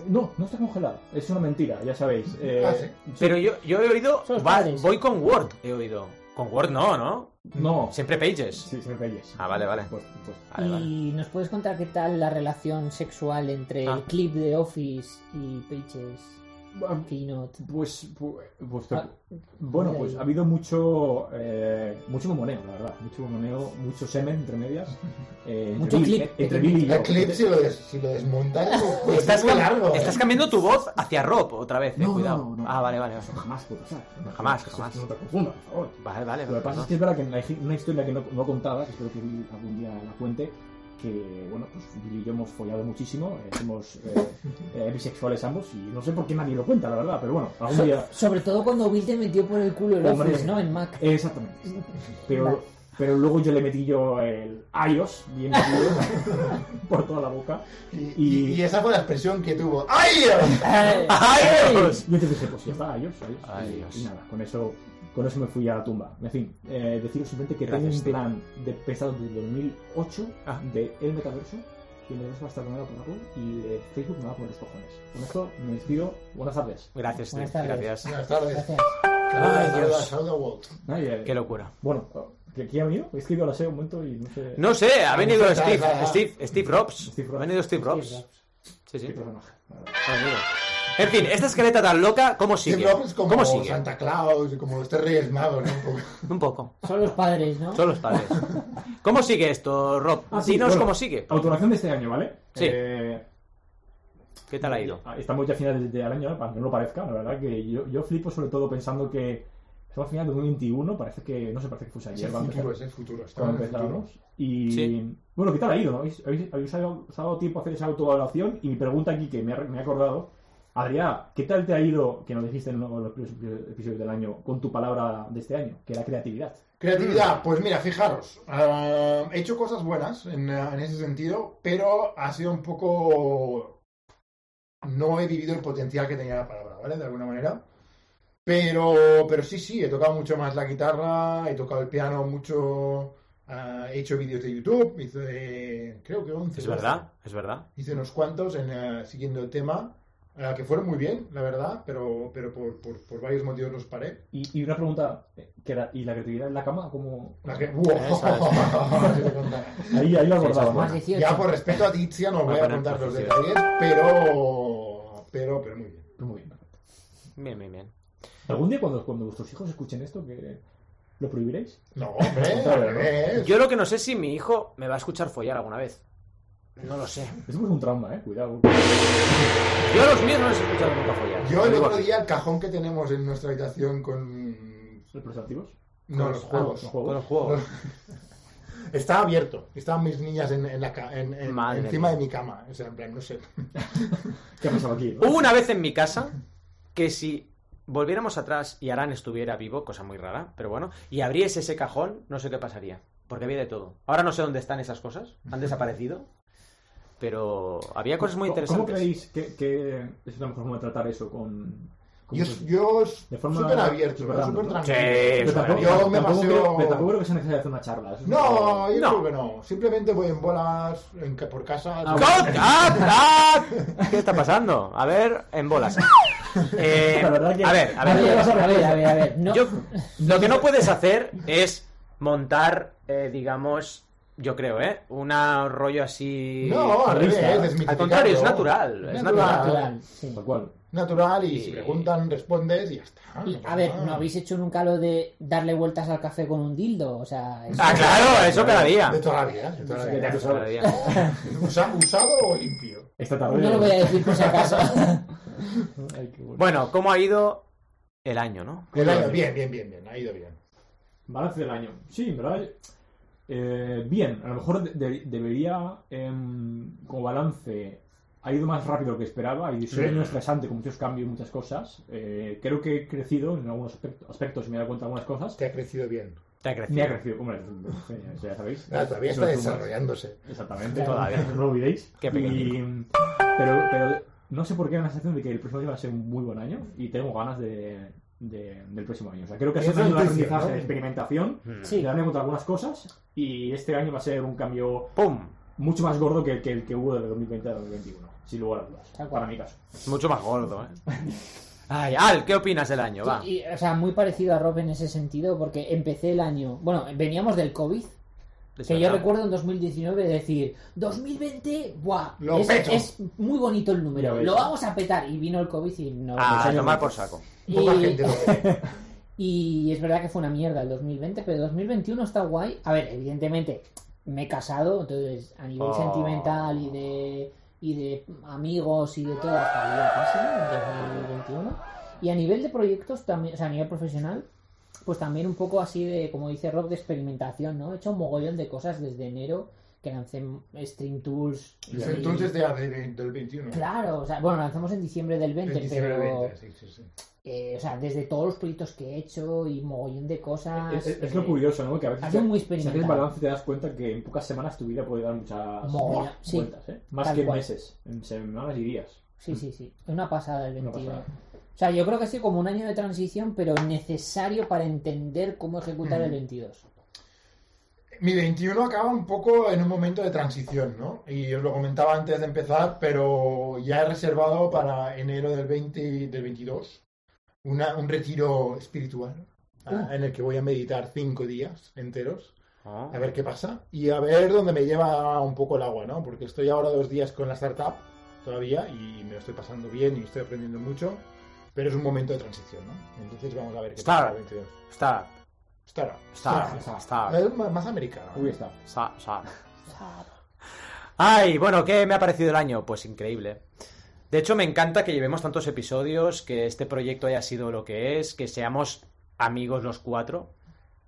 No, no está congelado. Es una mentira, ya sabéis. Eh,
Ah, ¿sí?
Pero yo, yo he oído,
Son los
va-
padres.
voy con Word, he oído. Con Word no, ¿no?
No.
Siempre Pages.
Sí, siempre Reyes.
pues. Ah, vale, vale.
Pues, pues,
Vale,
y
vale.
nos puedes contar qué tal la relación sexual entre
Ah.
el clip de Office y Pages Keynote.
pues, pues, pues,
Ah,
bueno,
mira
pues
ahí.
ha habido mucho, eh, mucho mamoneo, la verdad. Mucho mamoneo, mucho semen entre medias. Eh,
Mucho
entre Bill-
clip.
Entre Bill y yo.
El clip, si lo, des- si lo desmontas, pues
Estás,
es muy
cam-
largo. ¿eh?
estás cambiando tu voz hacia Rob otra vez, eh,
No, no,
cuidado.
no, no.
Ah, vale, vale. vale.
Eso jamás puede pasar.
Jamás,
Eso
jamás.
No te confundas, por favor.
Vale, vale.
Lo que pasa es que es verdad que en la hi- una historia que no, no contaba, que espero que algún día la cuente, que bueno, pues Billy y yo hemos follado muchísimo, eh, somos eh, eh, bisexuales ambos, y no sé por qué nadie lo cuenta, la verdad, pero bueno, algún día.
Sobre todo cuando Bill te metió por el culo el
Hombre.
Office, ¿no? En Mac.
Eh, exactamente.
Vale.
Pero, pero luego yo le metí yo el iOS, bien metido, por toda la boca.
Y,
y-
y- y esa fue la expresión que tuvo. ¡Ay! Dios!
¡Ay, Dios!
Yo te dije, pues ya está, iOS, iOS.
Ay,
y,
Dios.
y nada, con eso, con eso me fui a la tumba. En fin, eh, deciros simplemente que tengo
Gracias,
un
Steve.
plan de pensado desde 2008
Ah.
de el metaverso. y nos vemos hasta el nuevo por y de Facebook me va a poner los cojones. Con esto me despido. Buenas tardes.
Gracias, Steve,
Buenas tardes.
gracias.
Buenas tardes.
Gracias.
Ay, Dios.
Saluda a Walt.
Ay, eh,
Qué locura.
Bueno, ¿que aquí ha venido? Es que yo la sé un momento y no sé.
No sé, ha venido
está,
Steve,
está, está.
Steve, Steve Robs.
Steve
Ha
Robs.
venido Steve Robs.
Gracias.
Sí, sí.
Qué personaje. Vale.
ha venido. En fin, esta escaleta tan loca, ¿cómo sigue?
Siempre es como
¿Cómo sigue?
Santa Claus, como este Reyes Magos, ¿no? Un poco.
Un poco.
Son los padres, ¿no?
Son los padres. ¿Cómo sigue esto, Rob?
Ah, sí,
Dinos
bueno,
cómo sigue.
Autoración de este año, ¿vale?
Sí.
Eh,
¿Qué tal ha ido?
Ah, Estamos ya a finales del año, ¿eh? para que no lo parezca, la verdad que yo, yo flipo sobre todo pensando que estamos a finales de 2021, parece que, no sé, parece que fuese
Es
ayer
el
cuando
futuro,
empezamos.
es el futuro. Está
cuando
pues, en el futuro.
empezamos. Y
Sí.
bueno, ¿qué tal ha ido? ¿Habéis, habéis, habéis dado- os ha dado tiempo a hacer esa autoevaluación? Y mi pregunta aquí, que me ha, me ha acordado, Adrián, ¿qué tal te ha ido, que nos dijiste en uno de los primeros episodios del año, con tu palabra de este año, que era creatividad?
Creatividad, pues mira, fijaros, ah, he hecho cosas buenas en, ah, en ese sentido, pero ha sido un poco... No he vivido el potencial que tenía la palabra, ¿vale? De alguna manera. Pero, pero sí, sí, he tocado mucho más la guitarra, he tocado el piano mucho, ah, he hecho vídeos de YouTube, hice, creo que 11.
Es
12.
verdad, es verdad.
Hice unos cuantos en, eh, siguiendo el tema, eh, que fueron muy bien, la verdad, pero, pero por, por, por varios motivos los paré.
Y, y una pregunta, eh, que era, ¿y la creatividad en la cama? ¿Cómo...?
La que- ¡Wow!
Eh, Ahí,
Sí, esa
ahí lo
es
acordaba,
Más 18.
Ya por respeto a Tizia no
Voy
voy
a
a
poner
contar los
posición.
detalles, pero, pero, pero muy bien.
Muy bien, perfecto.
Bien, bien, bien.
¿Algún día cuando, cuando vuestros hijos escuchen esto, que lo prohibiréis?
No, hombre,
Claro,
al
¿no?
revés.
Yo lo que no sé es si mi hijo me va a escuchar follar alguna vez. No lo sé.
Eso es un trauma, eh, cuidado.
Yo a los míos no les he escuchado nunca follar.
Yo el
Lo digo
otro
aquí.
día el cajón que tenemos en nuestra habitación con
¿Los preservativos? Ah,
no,
Con
los
los-
juegos
los juegos.
Con los juegos.
estaba abierto. Estaban mis niñas en, en la ca- en- en-
Madre
encima
mía.
de mi cama. O sea, en plan, no sé.
¿Qué ha pasado aquí? no?
Hubo una vez en mi casa que si volviéramos atrás y Arán estuviera vivo, cosa muy rara, pero bueno, y abriese ese cajón, no sé qué pasaría, porque había de todo. Ahora no sé dónde están esas cosas, han desaparecido, pero había cosas muy
¿Cómo-
interesantes.
¿Cómo creéis que, que es la mejor forma de tratar eso con... con
Yo,
vuestros-
yo
De forma
súper abierto,
súper random,
súper
¿no?
tranquilo.
Sí,
Pero tampoco,
Yo me
tampoco creo,
paseo...
pero tampoco creo que sea necesario hacer una charla. eso es
No, yo
No.
creo que no. Simplemente voy en bolas en, ca- por casa.
¡God! ¡Ah! ¡Ah! ¿Qué está pasando? A ver, en bolas. Eh,
La verdad que-
a ver, a
A ver,
ver.
a ver, a ver, a ver, No,
Yo- lo que no puedes hacer es montar, eh, digamos, yo creo, ¿eh? Una rollo así.
No, al revés,
Revista.
desmitificarlo.
Al contrario, es natural, es
natural. sí.
Tal cual.
Natural, y si
Y-
preguntan, respondes y ya está.
Y,
pasa
a ver,
nada.
¿no habéis hecho nunca lo de darle vueltas al café con un dildo? O sea, es-
Ah, claro, eso cada día.
De toda la vida, de toda la
Sí,
vida.
ya tú
Cada
sabes.
día.
Usa- usado o limpio.
Esta tarde...
no lo voy a decir por si acaso.
Ay, qué bueno.
Bueno, ¿cómo ha ido el año, no?
El año, bien, bien, bien, bien, ha ido bien.
Balance del año. Sí, en verdad. eh, bien, a lo mejor de- de- debería, em, como balance, ha ido más rápido que esperaba. Y es un
Sí.
año estresante con muchos cambios, muchas cosas. Eh, creo que he crecido en algunos aspecto- aspectos y me he dado cuenta de algunas cosas.
Te Este ha crecido bien.
Te ha
Me ha
crecido.
crecido, hombre, ya- ya sabéis.
Ah, todavía está
Los rumores.
desarrollándose.
Exactamente,
Todavía.
no lo olvidéis.
Qué pequeñito.
Y- pero, pero no sé por qué me da la sensación de que el próximo año va a ser un muy buen año y tengo ganas de, de- del próximo año. O sea, creo que ha sido
Es
un año de
la intención,
aprendizaje,
¿no?
de experimentación,
Mm.
Sí.
de darme cuenta de algunas cosas y este año va a ser un cambio
¡Pum!
mucho más gordo que, que el que hubo de 2020 a 2021, sin lugar a dudas,
Tal cual.
para mi caso.
Mucho más gordo, ¿eh? Ay, Al, ¿qué opinas del año? Va.
Y, o sea, muy parecido a Rob en ese sentido, porque empecé el año. Bueno, veníamos del COVID,
Es
que yo
verdad.
recuerdo en 2019 decir: 2020, ¡buah!
Lo
es,
peto.
es muy bonito el
Ya
número,
ves.
lo vamos a petar. Y vino el COVID y no.
A
pues,
tomar por saco.
y-
Poca gente lo ve.
Y es verdad que fue una mierda el 2020, pero 2021 está guay. A ver, evidentemente me he casado, entonces a nivel
Oh.
sentimental y de y de amigos y de todo hasta la casi en 2021. Y a nivel de proyectos también, o sea, a nivel profesional, pues también un poco así de, como dice Rob, de experimentación, ¿no? He hecho un mogollón de cosas desde enero, que lancé Stream Tools. y-
Desde entonces de, de- del 21.
Claro, o sea, bueno, lanzamos en diciembre del 20,
En diciembre
pero...
del 20, sí, sí, sí.
Eh, o sea, desde todos los proyectos que he hecho y mogollón de cosas.
Es, es- es
eh,
lo curioso, ¿no? Que a veces
ha sido
si-
muy
si haces
experimental.
balance te das cuenta que en pocas semanas tu vida puede dar muchas
Mogollón, sí.
vueltas, ¿eh? Más
Tal
que en
cual.
meses, en semanas y días.
Sí, sí, sí. Una pasada el
Una
21.
pasada.
O sea, yo creo que ha sido como un año de transición, pero necesario para entender cómo ejecutar
Ujú.
el 22.
Mi 21 acaba un poco en un momento de transición, ¿no? Y os lo comentaba antes de empezar, pero ya he reservado para enero del 20 del 22 una, un retiro espiritual ah, en el que voy a meditar cinco días enteros,
Ah.
a ver qué pasa y a ver dónde me lleva un poco el agua, ¿no? Porque estoy ahora dos días con la startup todavía y me lo estoy pasando bien y estoy aprendiendo mucho, pero es un momento de transición, ¿no? Entonces vamos a ver qué pasa.
Startup.
el 22.
Está,
Startup.
está,
Startup.
está,
Es más, más americano.
Uy, está.
está, está. Ay, bueno, ¿qué me ha parecido el año? Pues increíble. De hecho, me encanta que llevemos tantos episodios, que este proyecto haya sido lo que es, que seamos amigos los cuatro.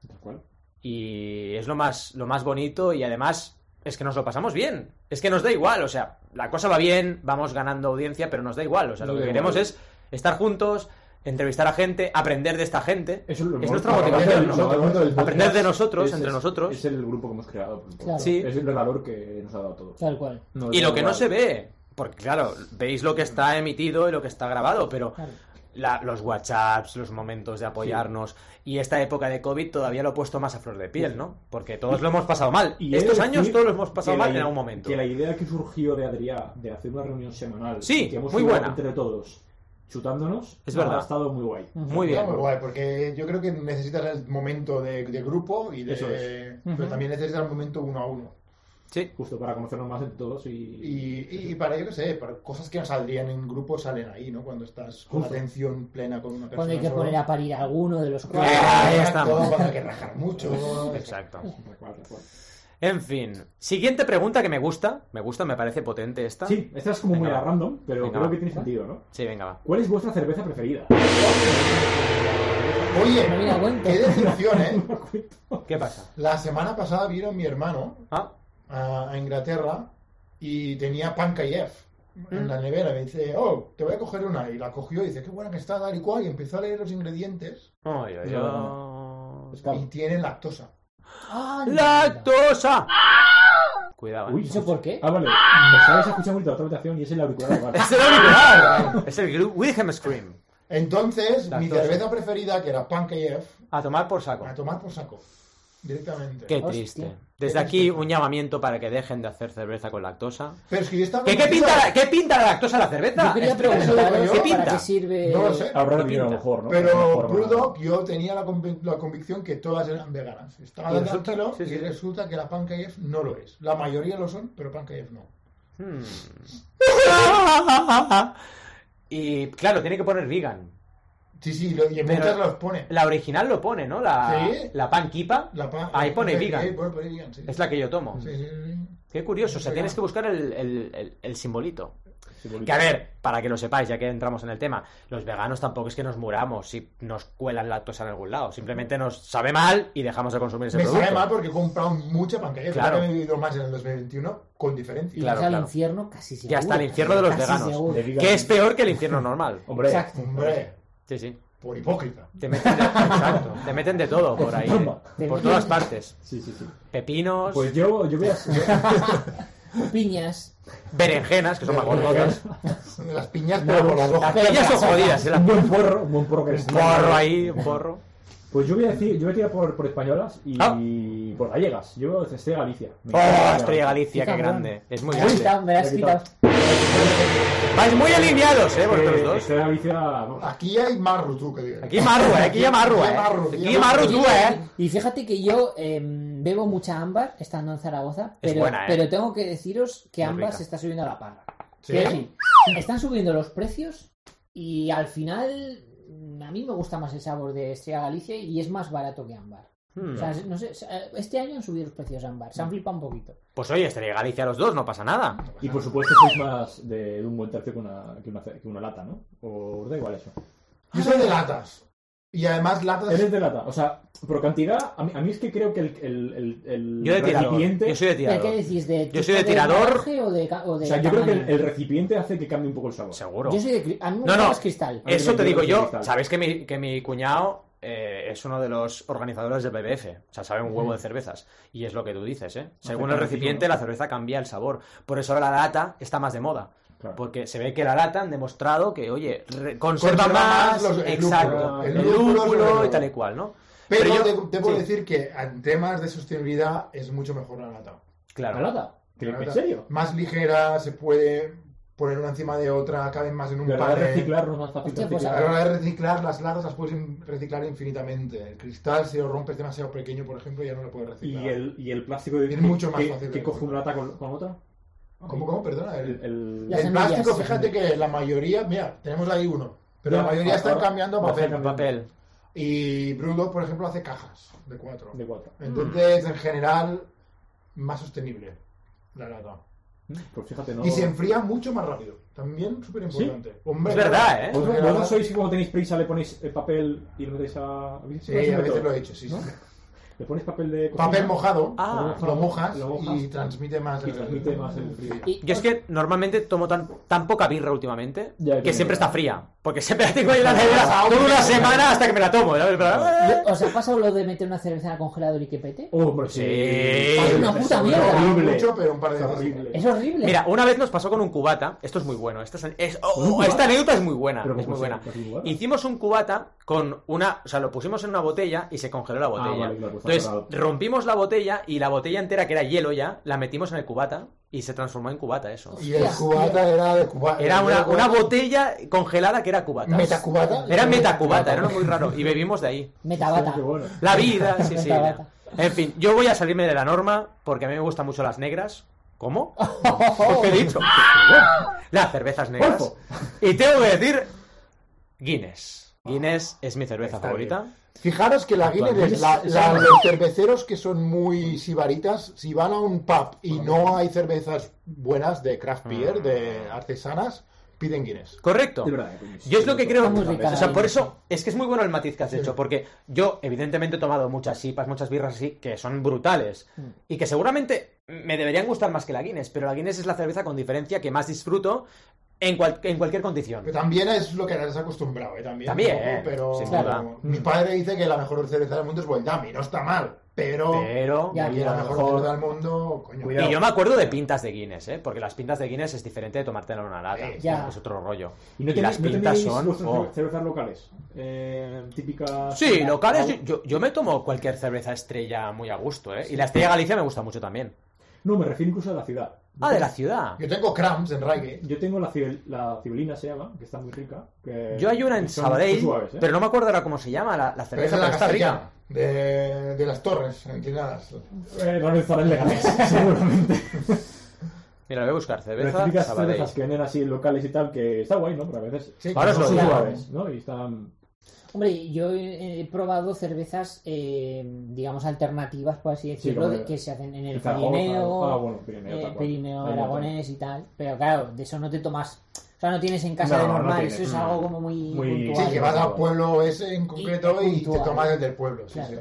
Tal cual.
Y es lo más, lo más bonito y además es que nos lo pasamos bien. Es que nos da igual, o sea, la cosa va bien, vamos ganando audiencia, pero nos da igual. O sea, lo
Nos
que
da
queremos
igual.
es estar juntos, entrevistar a gente, aprender de esta gente.
Eso es lo
Es
mejor.
nuestra
Para
motivación,
aprender
¿no?
nosotros,
Aprender del
nosotros,
Aprender de
es-
nosotros,
es-
entre
es-
nosotros.
Es el grupo que hemos creado. por un poco.
Claro.
Sí.
Es el valor que nos ha dado todo.
Tal cual.
Nos
Y
da
lo que no
igual.
se ve, porque claro, veis lo que está emitido y lo que está grabado, pero
Claro.
la- los WhatsApps, los momentos de apoyarnos y esta época de COVID todavía lo he puesto más a flor de piel, ¿no? Porque todos lo hemos pasado mal.
Y he de
Estos
decir
años todos lo hemos pasado
que la
mal en
i-
algún momento.
Que la idea que surgió de Adrián de hacer una reunión semanal,
Sí,
que hemos
muy
ido
buena.
entre todos, chutándonos,
Es verdad.
ha estado muy guay.
Ujú.
Muy bien.
Está muy guay, porque yo creo que necesitas el momento de, de grupo y de,
Eso es.
pero
Ujú.
también necesitas el momento uno a uno.
Sí.
Justo para conocernos más entre todos y,
Y, y para yo que sé, para cosas que no saldrían en grupo salen ahí, ¿no? Cuando estás con
Justo.
atención plena con una persona.
Cuando hay que
solo.
poner a parir a alguno de los
Claro,
cuatro.
Ahí
exacto,
estamos.
Cuando hay que rajar mucho.
Exacto.
Tal cual, tal cual.
En fin, siguiente pregunta que me gusta, me gusta, me parece potente esta.
Sí, esta es como muy
Venga,
a random, pero
Venga, va.
creo que tiene sentido, ¿no?
Sí, venga, va.
¿Cuál es vuestra cerveza preferida?
Oye,
No me la cuento.
qué decepción, ¿eh?
¿Qué pasa?
La semana pasada vino mi hermano
Ah,
a, a Inglaterra y tenía Pankayev en
Mm.
la nevera. Me dice, oh, te voy a coger una. Y la cogió y dice, qué buena que está, tal y cual. Y empezó a leer los ingredientes
ay, ay, ay.
Pues claro.
y tiene lactosa.
¡Ah,
¡Lactosa! Cuidado.
Uy,
eh.
¿Eso por qué?
Ah, vale. Me sabes escuchar muy de otra habitación y es el auricular. vale.
Es el auricular. Es el Gru- Wilhelm Scream.
Entonces, mi
Lactosa.
cerveza preferida, que era Pankayev,
A tomar por saco.
a tomar por saco. Directamente.
Qué
Hostia.
triste. Desde aquí un llamamiento para que dejen de hacer cerveza con lactosa.
Pero es que yo estaba
¿Qué, qué
convencido-
pinta, la, ¿Qué pinta la lactosa en la cerveza?
Yo quería
Es que-
preguntar-
preguntaros
¿Qué
para
pinta?
qué sirve.
No lo sé.
Habrá
¿Qué
dinero a
pinta?
lo mejor, ¿no? A lo
Pero
mejor,
Brewdog, yo tenía la, convic- la convicción que todas eran veganas. Estaba
Y
de
resulta-
tranquilo
sí, sí.
y resulta que la Pankayev no lo es. La mayoría lo son, pero Pankayev no.
Hmm. y claro, tiene que poner vegan.
Sí, sí, lo- y en
Pero-
muchas los pone.
La original lo pone, ¿no? La,
Sí.
la pan kipa.
La pa-
Ahí
la-
pone
la-
vegan.
ahí pone- pone vegan, sí.
Es la que yo tomo.
Sí, sí, sí.
Qué curioso. O sea,
Sí,
tienes
claro.
que buscar el, el- el- el simbolito.
Sí, bonito.
Que a ver, para que lo sepáis, ya que entramos en el tema, los veganos tampoco es que nos muramos si nos cuelan lactosa en algún lado. Simplemente nos sabe mal y dejamos de consumir ese
Me
producto.
sabe mal porque he comprado mucha Pankayev.
Claro.
Claro. que he vivido más en el 2021, con diferencia.
Y vas
Claro,
al
claro.
infierno casi seguro.
Ya está, el infierno de los
Casi
veganos.
seguro.
De vegan-
Que es peor que el infierno normal.
Hombre,
Exacto.
Hombre,
Sí, sí.
por hipócrita.
Te meten de, exacto. Te meten de todo por ahí. ¿eh?
Te
Por
meten-
todas partes.
sí, sí, sí.
Pepinos,
Pues yo, yo voy a...
Piñas.
berenjenas, que son más gordas.
Las piñas, pero por las hojas.
Aquellas son jodidas. se las-
Un buen porro, un buen porro que
Un
es-
porro ahí, un porro.
Pues yo voy a decir, yo voy a tirar por, por españolas y
Ah.
por gallegas. Yo Estrella Galicia. Me encanta
¡Oh, Estrella Galicia, qué
Qué cabrón.
grande! Es
Pues
muy
Me has quitado,
grande.
me la has
Me la he
quitado.
Vais muy alineados, ¿eh? Vosotros
Eh,
dos.
Estrella Galicia, vamos.
Aquí hay marro, tú que digas.
Aquí marro, ¿eh? Aquí ya marro,
Aquí
¿eh?
marro, aquí
Aquí marro tú, ¿eh?
Y fíjate que yo eh, bebo mucha ámbar estando en Zaragoza,
Es
pero,
buena, ¿eh?
pero tengo que deciros que
Muy
ámbar
rica.
se está subiendo a la parra.
¿Sí?
Quiero decir, están subiendo los precios y al final mm, a mí me gusta más el sabor de Estrella Galicia y es más barato que ámbar.
Hmm.
O sea, no sé, este año han subido los precios de ámbar, se han flipado un poquito.
Pues oye, Estrella Galicia los dos, no pasa nada.
Y por supuesto sois más de un buen tercio que una, que una, que una lata, ¿no? O os da igual eso.
Yo soy de latas. Y además latas
Eres de lata. O sea, por cantidad, a mí, a mí es que creo que el, el, el, el
Yo de tirador.
recipiente...
Yo soy de
¿Pero qué
tirador.
decís? ¿De
Yo soy de
tipo
tirador.
embalaje o de, ca- o de
O sea, yo creo que el,
tamaño?
el recipiente hace que cambie un poco el sabor.
Seguro.
Yo soy de cri- a mí
No,
me gusta
no.
más cristal.
Eh,
Eso te digo yo.
Cristal.
Sabéis que mi, que mi cuñado eh, es uno de los organizadores del BBF. O sea, sabe un huevo de cervezas. Y es lo que tú dices, ¿eh? Según el
Afecta
recipiente,
muchísimo.
la cerveza cambia el sabor. Por eso ahora la lata está más de moda.
Claro.
Porque se ve que la lata han demostrado que, oye, re- conserva,
Conserva
más,
más los- el
exacto,
lúpulo,
el
el
lúpulo,
lúpulo sobre todo.
y tal y cual, ¿no?
Pero,
Pero
te-
yo-
debo
sí.
decir que en temas de sostenibilidad es mucho mejor la lata.
La
Claro.
nota. Que,
La
¿En
lata
serio?
Más ligera, se puede poner una encima de otra, caben más en un
La verdad,
par de...
reciclar no es más fácil
Hostia, pues,
A
reciclar.
eh, la hora de reciclar, las latas las puedes in- reciclar infinitamente. El cristal, si lo rompes demasiado pequeño, por ejemplo, ya no lo puedes reciclar.
Y el, y el plástico de
Es mucho más
que,
fácil
que
de
coge una lata con, con otra.
¿Cómo, cómo? Perdona. El,
El, el-
Las
el
semillas,
plástico,
sí.
fíjate que la mayoría... Mira, tenemos ahí uno. Pero
Ya,
la mayoría
ahora-
están cambiando a
ahora
papel.
sacan
Papel.
Y Brewdog, por ejemplo, hace cajas de cuatro.
de cuatro.
Entonces, en general, más sostenible la lata.
Pues fíjate, no.
Y se enfría mucho más rápido. También súper importante. Hombre,
Es verdad, ¿eh?
¿Vosotros,
Porque la
vosotros
lata-
sois que cuando tenéis prisa le ponéis eh, papel y lo metéis a. ¿habéis hecho
Sí,
ese
a veces
método?
lo he hecho, sí.
¿No?
sí.
Le pones papel de. cocina
Papel mojado,
Ah.
lo mojas
Lo mojas.
y transmite más
Y transmite más el frío.
Y-
Yo es que normalmente tomo tan, tan poca birra últimamente
Ya,
que
ya,
siempre
ya.
está fría. Porque siempre la tengo ahí en la nevera toda una semana hasta que me la tomo. ¿sabes? Pero-
¿Os ha pasado lo de meter una cerveza en el congelador y que pete?
Oh, hombre,
Sí.
sí.
Es una puta mierda.
horrible.
Mucho, pero un par de
Es
veces.
horrible.
Es horrible.
Mira, una vez nos pasó con un cubata. Esto es muy bueno. Esto es, es- oh,
¿Con un cubata?
esta anécdota es muy buena.
Pero
Es
¿cómo
muy
se-
buena.
casi igual?
Hicimos un cubata con una. O sea, lo pusimos en una botella y se congeló la botella.
Ah, vale, claro, está
Entonces,
cerrado.
rompimos la botella y la botella entera, que era hielo ya, la metimos en el cubata y se transformó en cubata eso.
Y el
Hostia.
cubata era de cubata.
Era una, una botella congelada que era cubata.
Metacubata.
Era metacubata, era muy raro. Y bebimos de ahí.
Metabata.
Qué bueno.
La vida, sí, sí.
Metabata.
En fin, yo voy a salirme de la norma porque a mí me gustan mucho las negras. ¿Cómo? ¿Qué he dicho? Las cervezas negras.
Golfo.
Y tengo que decir Guinness. Guinness es mi cerveza
Está
favorita.
bien. Fijaros que la Guinness,
Guinness
la-
es
la-
una-
los cerveceros que son muy sibaritas, si van a un pub y no hay cervezas buenas de craft
Mm.
beer, de artesanas, piden Guinness.
Correcto.
Es verdad, eh, coño, sí,
Yo es lo que
sí,
creo.
muy rica
O sea,
la
por
Guinness.
eso es que es muy bueno el matiz que has hecho, porque yo evidentemente he tomado muchas sipas, muchas birras así, que son brutales, y que seguramente me deberían gustar más que la Guinness, pero la Guinness es la cerveza con diferencia que más disfruto en, cual- en cualquier condición.
Pero también es lo que has acostumbrado, ¿eh? También.
También,
un poco, pero,
sin Mm.
duda.
pero mi padre dice que la mejor cerveza del mundo es Boldami, no está mal, pero...
Pero...
Ya,
y
ya,
la
a lo
mejor,
mejor-
cerveza del mundo, coño.
Y yo me acuerdo de pintas de Guinness, ¿eh? Porque las pintas de Guinness es diferente de tomártela en una lata.
Sí,
ya.
Es otro rollo.
Y
Y,
no tenéis,
las
no
pintas
tenéis
son...
vuestras
oh.
cervezas locales. Eh, típicas.
Sí, locales. yo- Yo, yo me tomo cualquier cerveza estrella muy a gusto, ¿eh? Y la estrella Galicia me gusta mucho también.
No, me refiero incluso a la ciudad.
Ah, de la ciudad.
Yo tengo cramps en Reggae.
Yo tengo la, cibel- la cibelina, se llama, que está muy rica. que-
Yo hay una en
que son muy
Sabadell,
suaves, ¿eh?
pero no me acuerdo ahora cómo se llama la, la
Pero esa
cerveza,
es
pero
la
está
castellana,
rica.
de, de las torres, entiendas.
Eh, van a estar en Leganés, seguramente.
Mira, voy a buscar
Las
cerveza
típicas
Sabadell.
cervezas que venden así en locales y tal, que está guay, ¿no? Pero a veces
Sí,
Ahora
que
os
son
lo digo.
suaves, ¿no? Y están.
Hombre, yo he, he probado cervezas, eh, digamos, alternativas, por así decirlo,
como
de-
el-
que se hacen en el
el Zaragoza,
Pirineo,
ah, bueno, Pirineo,
eh,
tal cual.
Pirineo,
Hay un montón.
Aragonés y tal. Pero claro, de eso no te tomas. O sea, no tienes en casa
No,
de
no
normal.
tienes,
eso es
no.
algo como muy,
Muy-
puntual.
Sí,
Vale,
que vas
vale,
al
vale.
pueblo ese en concreto
Y-
y, te
puntual.
tomas el del pueblo. sí,
Claro.
sí.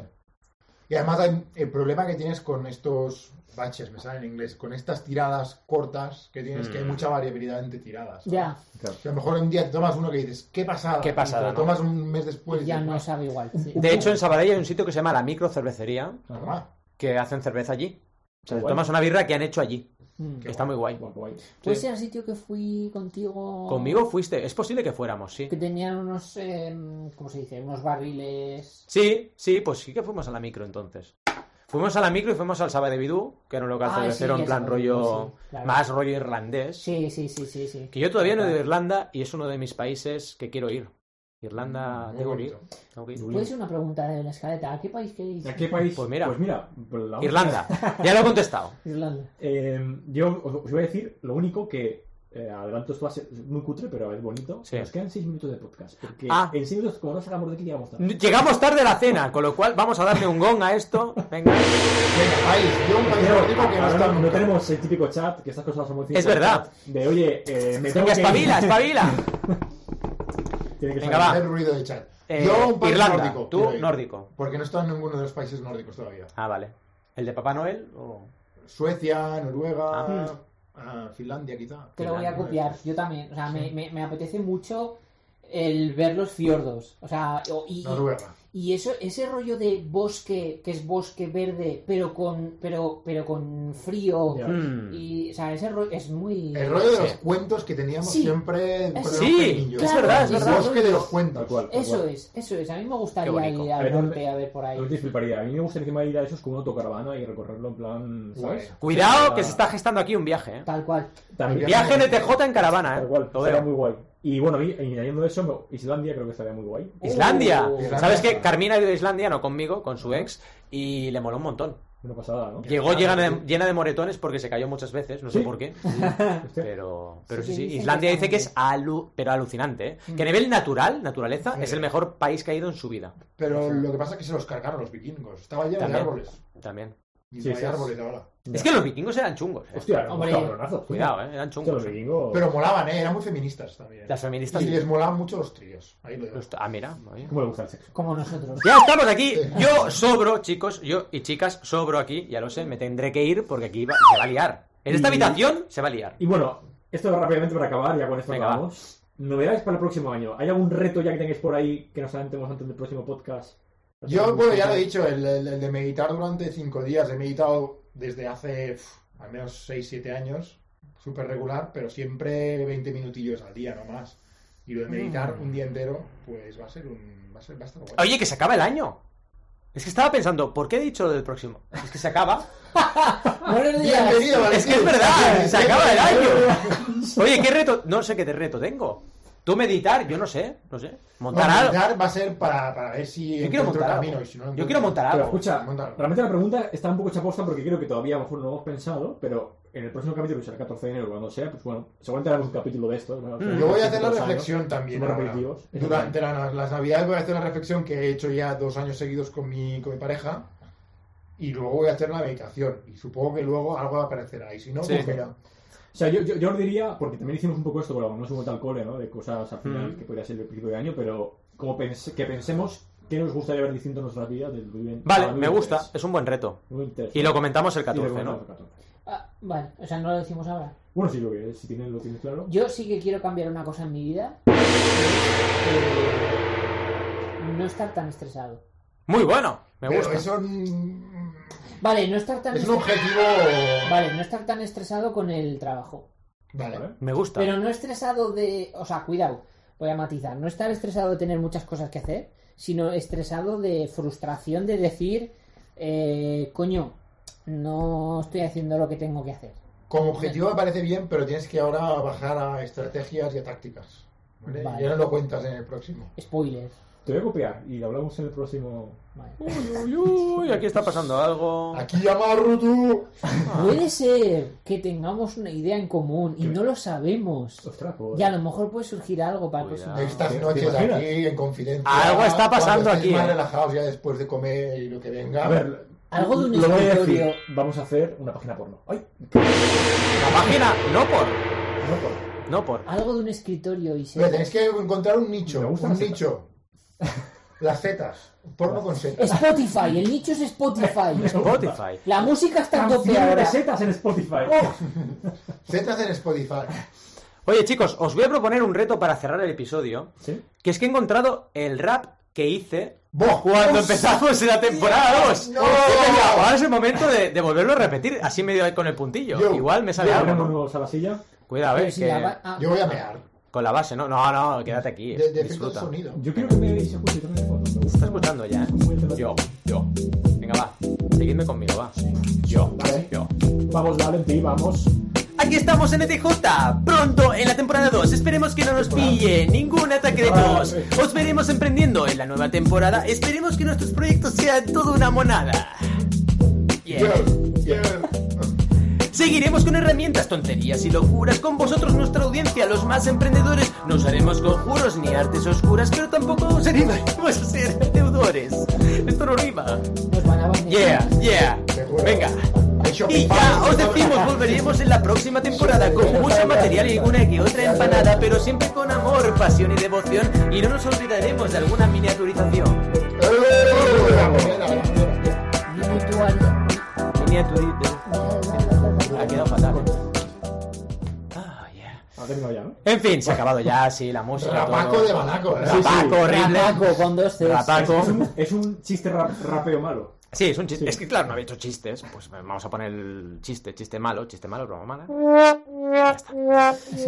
Y además hay- el problema que tienes con estos baches, me sale en inglés, con estas tiradas cortas que tienes,
Mm.
que hay mucha variabilidad entre tiradas. ¿sabes?
Ya,
Claro.
Que a lo mejor un día te tomas uno que dices, qué pasada.
Qué pasada,
Y te lo
¿no?
tomas un mes después. y
ya
dices,
no
"Bueno,
sabe igual. sí.
Pues De hecho, en Sabadell hay un sitio que se llama La Micro Cervecería,
toma".
que hacen cerveza allí. O sea,
Qué
te
guay.
tomas una birra que han hecho allí.
Mm.
Está muy guay.
Guay, guay.
¿Puede
Sí.
ser el sitio que fui contigo?
Conmigo fuiste. Es posible que fuéramos, sí.
Que tenían unos, eh, ¿cómo se dice? Unos barriles.
Sí, sí, pues sí que fuimos a la micro entonces. Fuimos a la micro y fuimos al Saba de Bidú, que era un local
Ah,
cervecero
sí,
en
ya
plan
sé,
rollo,
sí, claro.
más rollo irlandés.
Sí, sí, sí, sí. sí.
Que yo todavía no he ido a Irlanda y es uno de mis países que quiero ir. Irlanda,
Mm, Muy
tengo que ir.
bonito.
tengo que ir.
Puede ser una pregunta de la escaleta. ¿A qué país queréis?
¿A qué país?
Pues mira.
Pues mira pues la vamos a-
Irlanda, ya lo he contestado.
Irlanda.
Eh, yo os, os voy a decir lo único que eh, adelanto esto va a ser muy cutre, pero es bonito.
Sí.
Nos quedan 6 minutos de podcast. Porque
Ah.
en 6 minutos, como no sacamos de aquí, ya vamos tarde.
Llegamos tarde a la cena, con lo cual vamos a darle un gong a esto. Venga.
Venga, país. Yo un país nórdico que no
Ahora
está
no, no
nunca.
tenemos el típico chat, que estas cosas son muy
Es verdad.
De oye, eh, me tengo
Venga,
que ir.
espabila, espabila.
Tiene que
Venga,
salir.
va.
Hacer ruido de chat.
Eh,
Yo un país
Irlanda,
nórdico.
tú,
quiero ir.
nórdico.
Porque no está en ninguno de los países nórdicos todavía.
Ah, vale. ¿El de Papá Noel? o-
Suecia, Noruega,
Ah.
ah, Finlandia quizá.
Te lo voy a
Finlandia.
copiar. Yo también. O sea, me, me- me apetece mucho el ver los fiordos. O sea, o- y,
Noruega.
Y eso, ese rollo de bosque, que es bosque verde, pero con, pero, pero con frío.
Ya.
Mm.
Y, o sea, ese rollo es muy.
El rollo de los
Sí.
cuentos que teníamos
Sí.
siempre en
Sí,
Cuernos Pequeñillos.
es verdad, es
El
verdad.
bosque de los
Tal
cuentos.
cual. tal
Eso
cual.
es, eso es. A mí me
Qué
gustaría
bonito.
ir
A ver,
al
¿dónde-
norte a ver por ahí.
No te fliparía. A mí me gusta encima ir a esos con una autocaravana y recorrerlo en plan, ¿sabes?
Guay.
Cuidado que se está gestando aquí un viaje, ¿eh?
Tal cual.
También,
Viaje en ETJ en caravana,
Tal
¿eh?
cual,
Lo
estaría
veo.
muy guay. Y bueno, y- y añadiendo eso, me- Islandia creo que estaría muy guay.
Islandia.
Uh,
¿Sabes
Islandia.
qué? Carmina ha ido a Islandia, no conmigo, con su ex, y le moló un montón.
Una pasada, ¿no?
Llegó llena de, llena de moretones porque se cayó muchas veces, no sé
¿Sí?
por qué.
Hostia.
Pero, pero
Sí,
sí,
que
sí.
dicen que
Islandia
está
dice que
muy
es alu pero alucinante, ¿eh?
Mm.
Que a nivel natural, naturaleza, es el mejor país que ha ido en su vida.
Pero lo que pasa es que se los cargaron los vikingos. Estaba lleno de
También.
árboles.
También.
Y
Sí,
no hay
sí,
árboles ahora.
Es que los vikingos eran chungos. ¿eh?
Hostia,
Hombre.
unos cabronazos, tío.
Cuidado, ¿eh? Eran
Hostia,
chungos.
los vikingos.
Pero molaban, ¿eh? Eran muy feministas también.
Las feministas.
Y les molaban mucho los tríos. Ahí lo dejo.
Los- Ah, mira. oye.
¿Cómo le gusta el sexo?
Como nosotros.
Ya estamos aquí. Yo sobro, chicos, yo y chicas, sobro aquí, ya lo sé, me tendré que ir porque aquí va- se va a liar. En esta
Y-
habitación se va a liar.
Y bueno, esto rápidamente para acabar, ya con esto
Venga,
acabamos. Novedades para el próximo año. ¿Hay algún reto ya que tengáis por ahí que nos adelantemos antes del próximo podcast?
Yo, bueno, ya lo he dicho, el, el- el de meditar durante cinco días. He meditado desde hace pf, al menos 6, 7 años, súper regular, pero siempre 20 minutillos al día, no más. Y lo de meditar un día entero, pues va a ser un. Va a, ser, va a estar guay.
Mm. Oye, que se acaba el año. Es que estaba pensando, ¿por qué he dicho lo del próximo? Es que se acaba.
Buenos días.
Bienvenido,
Es que
Valentín.
es
Ah,
verdad, se acaba el año.
Bueno,
Oye, ¿qué reto? No sé qué reto tengo. Tú meditar, yo no sé, no sé. Montar algo.
meditar va a ser para, para ver si
Yo quiero
encuentro
montar
camino,
algo.
y si no lo
Yo
encuentro-
quiero montar
Pero
algo.
escucha,
Montalo.
realmente la pregunta está un poco chaposta porque creo que todavía a lo mejor no lo hemos pensado, pero en el próximo capítulo, que será el 14 de enero, cuando sea, pues bueno, seguramente haremos un capítulo de esto. ¿no?
Mm.
Yo voy a hacer
Todos
la
los años.
reflexión también.
Somos
ahora.
repetitivos.
Durante la- las navidades voy a hacer la reflexión que he hecho ya dos años seguidos con mi, con mi pareja. Y luego voy a hacer la meditación. Y supongo que luego algo aparecerá. Y si no,
Sí.
pues mira.
O sea, yo, yo, yo os diría, porque también hicimos un poco esto, bueno, no hemos al cole, ¿no? De cosas al final
Mm.
que podría ser el principio de año, pero como pense- que pensemos qué nos gustaría ver distinto en nuestras vidas del viven-
Vale,
al
me
2023.
gusta, es un buen reto.
Muy interesante.
Y lo comentamos el
Y lo
14,
comentamos
¿no?
el 14.
Ah, vale, o sea, no lo decimos ahora.
Bueno, sí, lo que si tienes, lo tienes claro.
Yo sí que quiero cambiar una cosa en mi vida. eh, No estar tan estresado.
Muy bueno, me
pero
gusta.
eso mm,
Vale, no estar tan
es un
estre-
objetivo.
Vale, no estar tan estresado con el trabajo.
Vale.
Vale.
Me gusta.
Pero no estresado de. O sea, cuidado, voy a matizar. No estar estresado de tener muchas cosas que hacer, sino estresado de frustración de decir, eh, coño, no estoy haciendo lo que tengo que hacer.
Como objetivo me parece bien, pero tienes que ahora bajar a estrategias y a tácticas. ¿vale?
Vale.
Ya no lo cuentas en el próximo.
Spoiler.
Te voy a copiar y lo hablamos en el próximo.
Vale.
Uy, uy, uy, aquí está pasando algo.
Aquí llama Rutu.
Puede ser que tengamos una idea en común y no lo sabemos.
Ostras, pues.
Y a lo mejor puede surgir algo para el
Cuidado.
próximo.
Estas
¿Te- te
noches
imaginas?
aquí en confidencia.
Algo está pasando
cuando estéis
aquí,
Más
¿eh?
relajados ya después de comer y lo que venga.
A ver,
Algo de un
lo voy a decir.
escritorio.
Vamos a hacer una página porno. ¡Ay!
La página, no por.
No porno.
No por.
Algo de un escritorio y
Mira,
ser.
tenéis que encontrar un nicho.
Me gustan las
un
tetas.
nicho. Las zetas. Porno con zetas.
Spotify, el nicho es Spotify.
Spotify.
La música está a tope
Canción de
ahora. Oh.
setas en Spotify.
Zetas en Spotify.
Oye, chicos, os voy a proponer un reto para cerrar el episodio.
¿Sí?
Que es que he encontrado el rap que hice
¡Boh!
cuando
¡Hostia!
empezamos en la temporada 2.
¡No!
Ahora es el momento de, de volverlo a repetir, así medio con el puntillo.
Yo.
Igual me sale algo. ¿no?
Vámonos a la silla.
Cuidado, eh.
Pero si
que-
la va- ah,
Yo voy a mear.
Con la base, ¿no? No, no, quédate aquí.
De, de efecto de
disfruta.
sonido.
Yo quiero que me se escuche también el fondo. Me gusta.
Está escuchando ya,
Muy
¿eh?
bien.
Yo, yo. Venga, va. Seguidme conmigo, va. Yo,
Vale.
yo.
Vamos, Valentín, vamos.
Aquí estamos en ETJ, pronto en la temporada 2. Esperemos que no nos pille ningún ataque de tos. Os veremos emprendiendo en la nueva temporada. Esperemos que nuestros proyectos sean toda una monada.
Yo,
Yeah.
yo.
Seguiremos con herramientas, tonterías y locuras. Con vosotros, nuestra audiencia, los más emprendedores. No usaremos conjuros ni artes oscuras, pero tampoco os animaremos a ser deudores. Esto no rima.
nos van a bañar.
Yeah, yeah.
Seguro.
Venga.
De Shopify.
Y ya os decimos, volveremos en la próxima temporada con mucho material y una que otra empanada, pero siempre con amor, pasión y devoción. Y no nos olvidaremos de alguna miniaturización.
¡Eh! La primera, la primera.
Virtual.
Miniaturización. Ha quedado fatal. Ah, yeah.
Ha terminado ya, ¿no?
En fin, se ha acabado ya, sí, la música.
Rapaco
todo.
de balaco, ¿verdad?
Sí, sí.
Rapaco, horrible.
Rapaco con dos Cs.
Rapaco.
Es un, es un chiste rap- rapeo malo.
Sí, es un chiste.
Sí.
Es que, claro, no había hecho chistes. Pues vamos a poner el chiste, chiste malo, chiste malo, broma mala. En fin,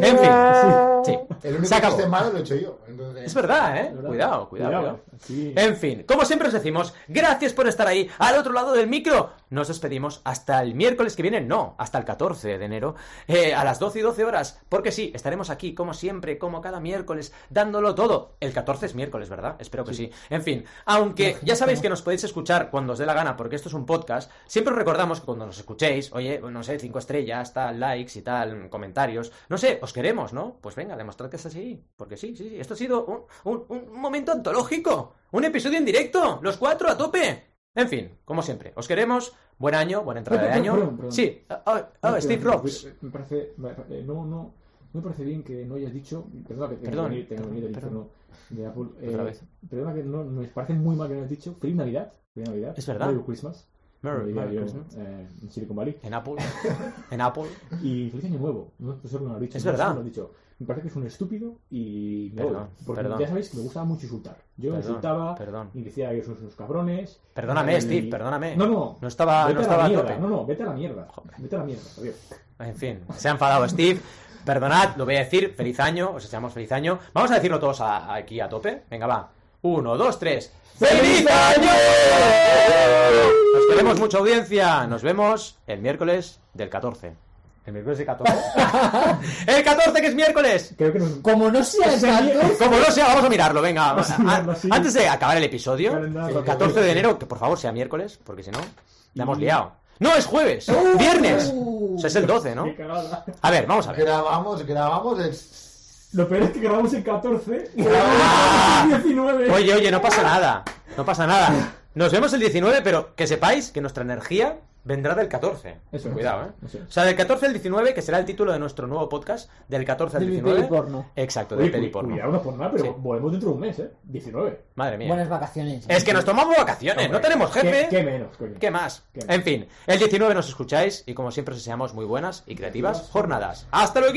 sí.
El
Se
único
acabó.
chiste malo lo he hecho yo. Entonces,
Es verdad, ¿eh?
Es verdad.
Cuidado, cuidado. cuidado. Eh,
Sí.
En fin, como siempre os decimos, gracias por estar ahí al otro lado del micro. Nos despedimos hasta el miércoles que viene, no, hasta el 14 de enero, eh, a las 12 y 12 horas, porque sí, estaremos aquí como siempre, como cada miércoles, dándolo todo. El 14 es miércoles, ¿verdad? Espero que sí. En fin, aunque ya sabéis que nos podéis escuchar cuando os dé la gana, porque esto es un podcast, siempre os recordamos que cuando nos escuchéis, oye, no sé, cinco estrellas, tal, likes y tal, comentarios, no sé, os queremos, ¿no? Pues venga, demostrad que es así, porque sí, sí, sí, esto ha sido un, un- un momento antológico, un episodio en directo, los cuatro a tope. En fin, como siempre, os queremos, buen año, buena entrada de
Perdón,
año.
perdón, perdón.
Sí, ah, ah, ah,
No,
Steve
pero-
Robs.
Me parece. me parece- No, no. No me parece bien que no hayas dicho. Perdona que tengo
Perdón,
que venir, tengo que venir del
perdón,
infierno de Apple. eh,
Otra vez.
Perdona que no. Me parece muy mal que no hayas dicho. Feliz Navidad. Feliz Navidad.
Es verdad.
Merry Christmas.
Merry-
como diría
Merry
yo,
Christmas.
eh, en Silicon Valley.
En Apple, en Apple.
Y feliz año nuevo. No sé si lo has dicho.
Es
no sé si
verdad.
lo has dicho. Me parece que es un estúpido y. me
Perdón,
voy. Porque
perdón.
ya sabéis que me gustaba mucho insultar. Yo
Perdón,
insultaba
perdón.
y decía que sois unos cabrones.
Perdóname,
y-
Steve, perdóname.
No, no.
No estaba,
vete
no
a la
estaba a
mierda.
tope.
No, no, vete a la mierda. Vete a la mierda, Javier.
En fin, se ha enfadado Steve. Perdonad, lo voy a decir. Feliz año, os echamos feliz año. Vamos a decirlo todos a- aquí a tope. Venga, va. Uno, dos, tres. ¡Feliz año! Nos queremos mucha audiencia. Nos vemos el miércoles del 14. ¿El miércoles del 14? ¡El 14 que es miércoles!
Creo que nos
Como no sea el calor,
Como no sea, vamos a mirarlo, venga. Ah,
Vamos a mirarlo, sí.
Antes de acabar el episodio,
Calendario.
el 14 de enero, que por favor sea miércoles, porque si no, la
Mm.
hemos liado. ¡No, es jueves!
Uh.
¡Viernes!
uh.
O sea, es el 12, ¿no?
Qué cagada.
A ver, vamos a ver.
Grabamos, grabamos el...
Lo peor es que grabamos el 14 y grabamos el 19.
Oye, oye, no pasa nada. No pasa nada. Nos vemos el 19, pero que sepáis que nuestra energía vendrá del 14.
Eso es.
Cuidado, ¿eh?
Eso es.
O sea, del 14 al 19, que será el título de nuestro nuevo podcast, del 14 al
De mi
19.
peliporno.
Exacto,
Oye,
del
cu-
peliporno.
Cuidado, no es por nada, pero
Sí.
volvemos dentro de un mes, ¿eh? 19.
Madre mía.
buenas vacaciones.
Es que nos tomamos vacaciones, Eh, no tenemos
¿Qué,
jefe.
qué menos, coño?
¿Qué más?
¿Qué?
En fin, el 19 nos escucháis y como siempre os deseamos muy buenas y creativas jornadas. ¡Hasta luego!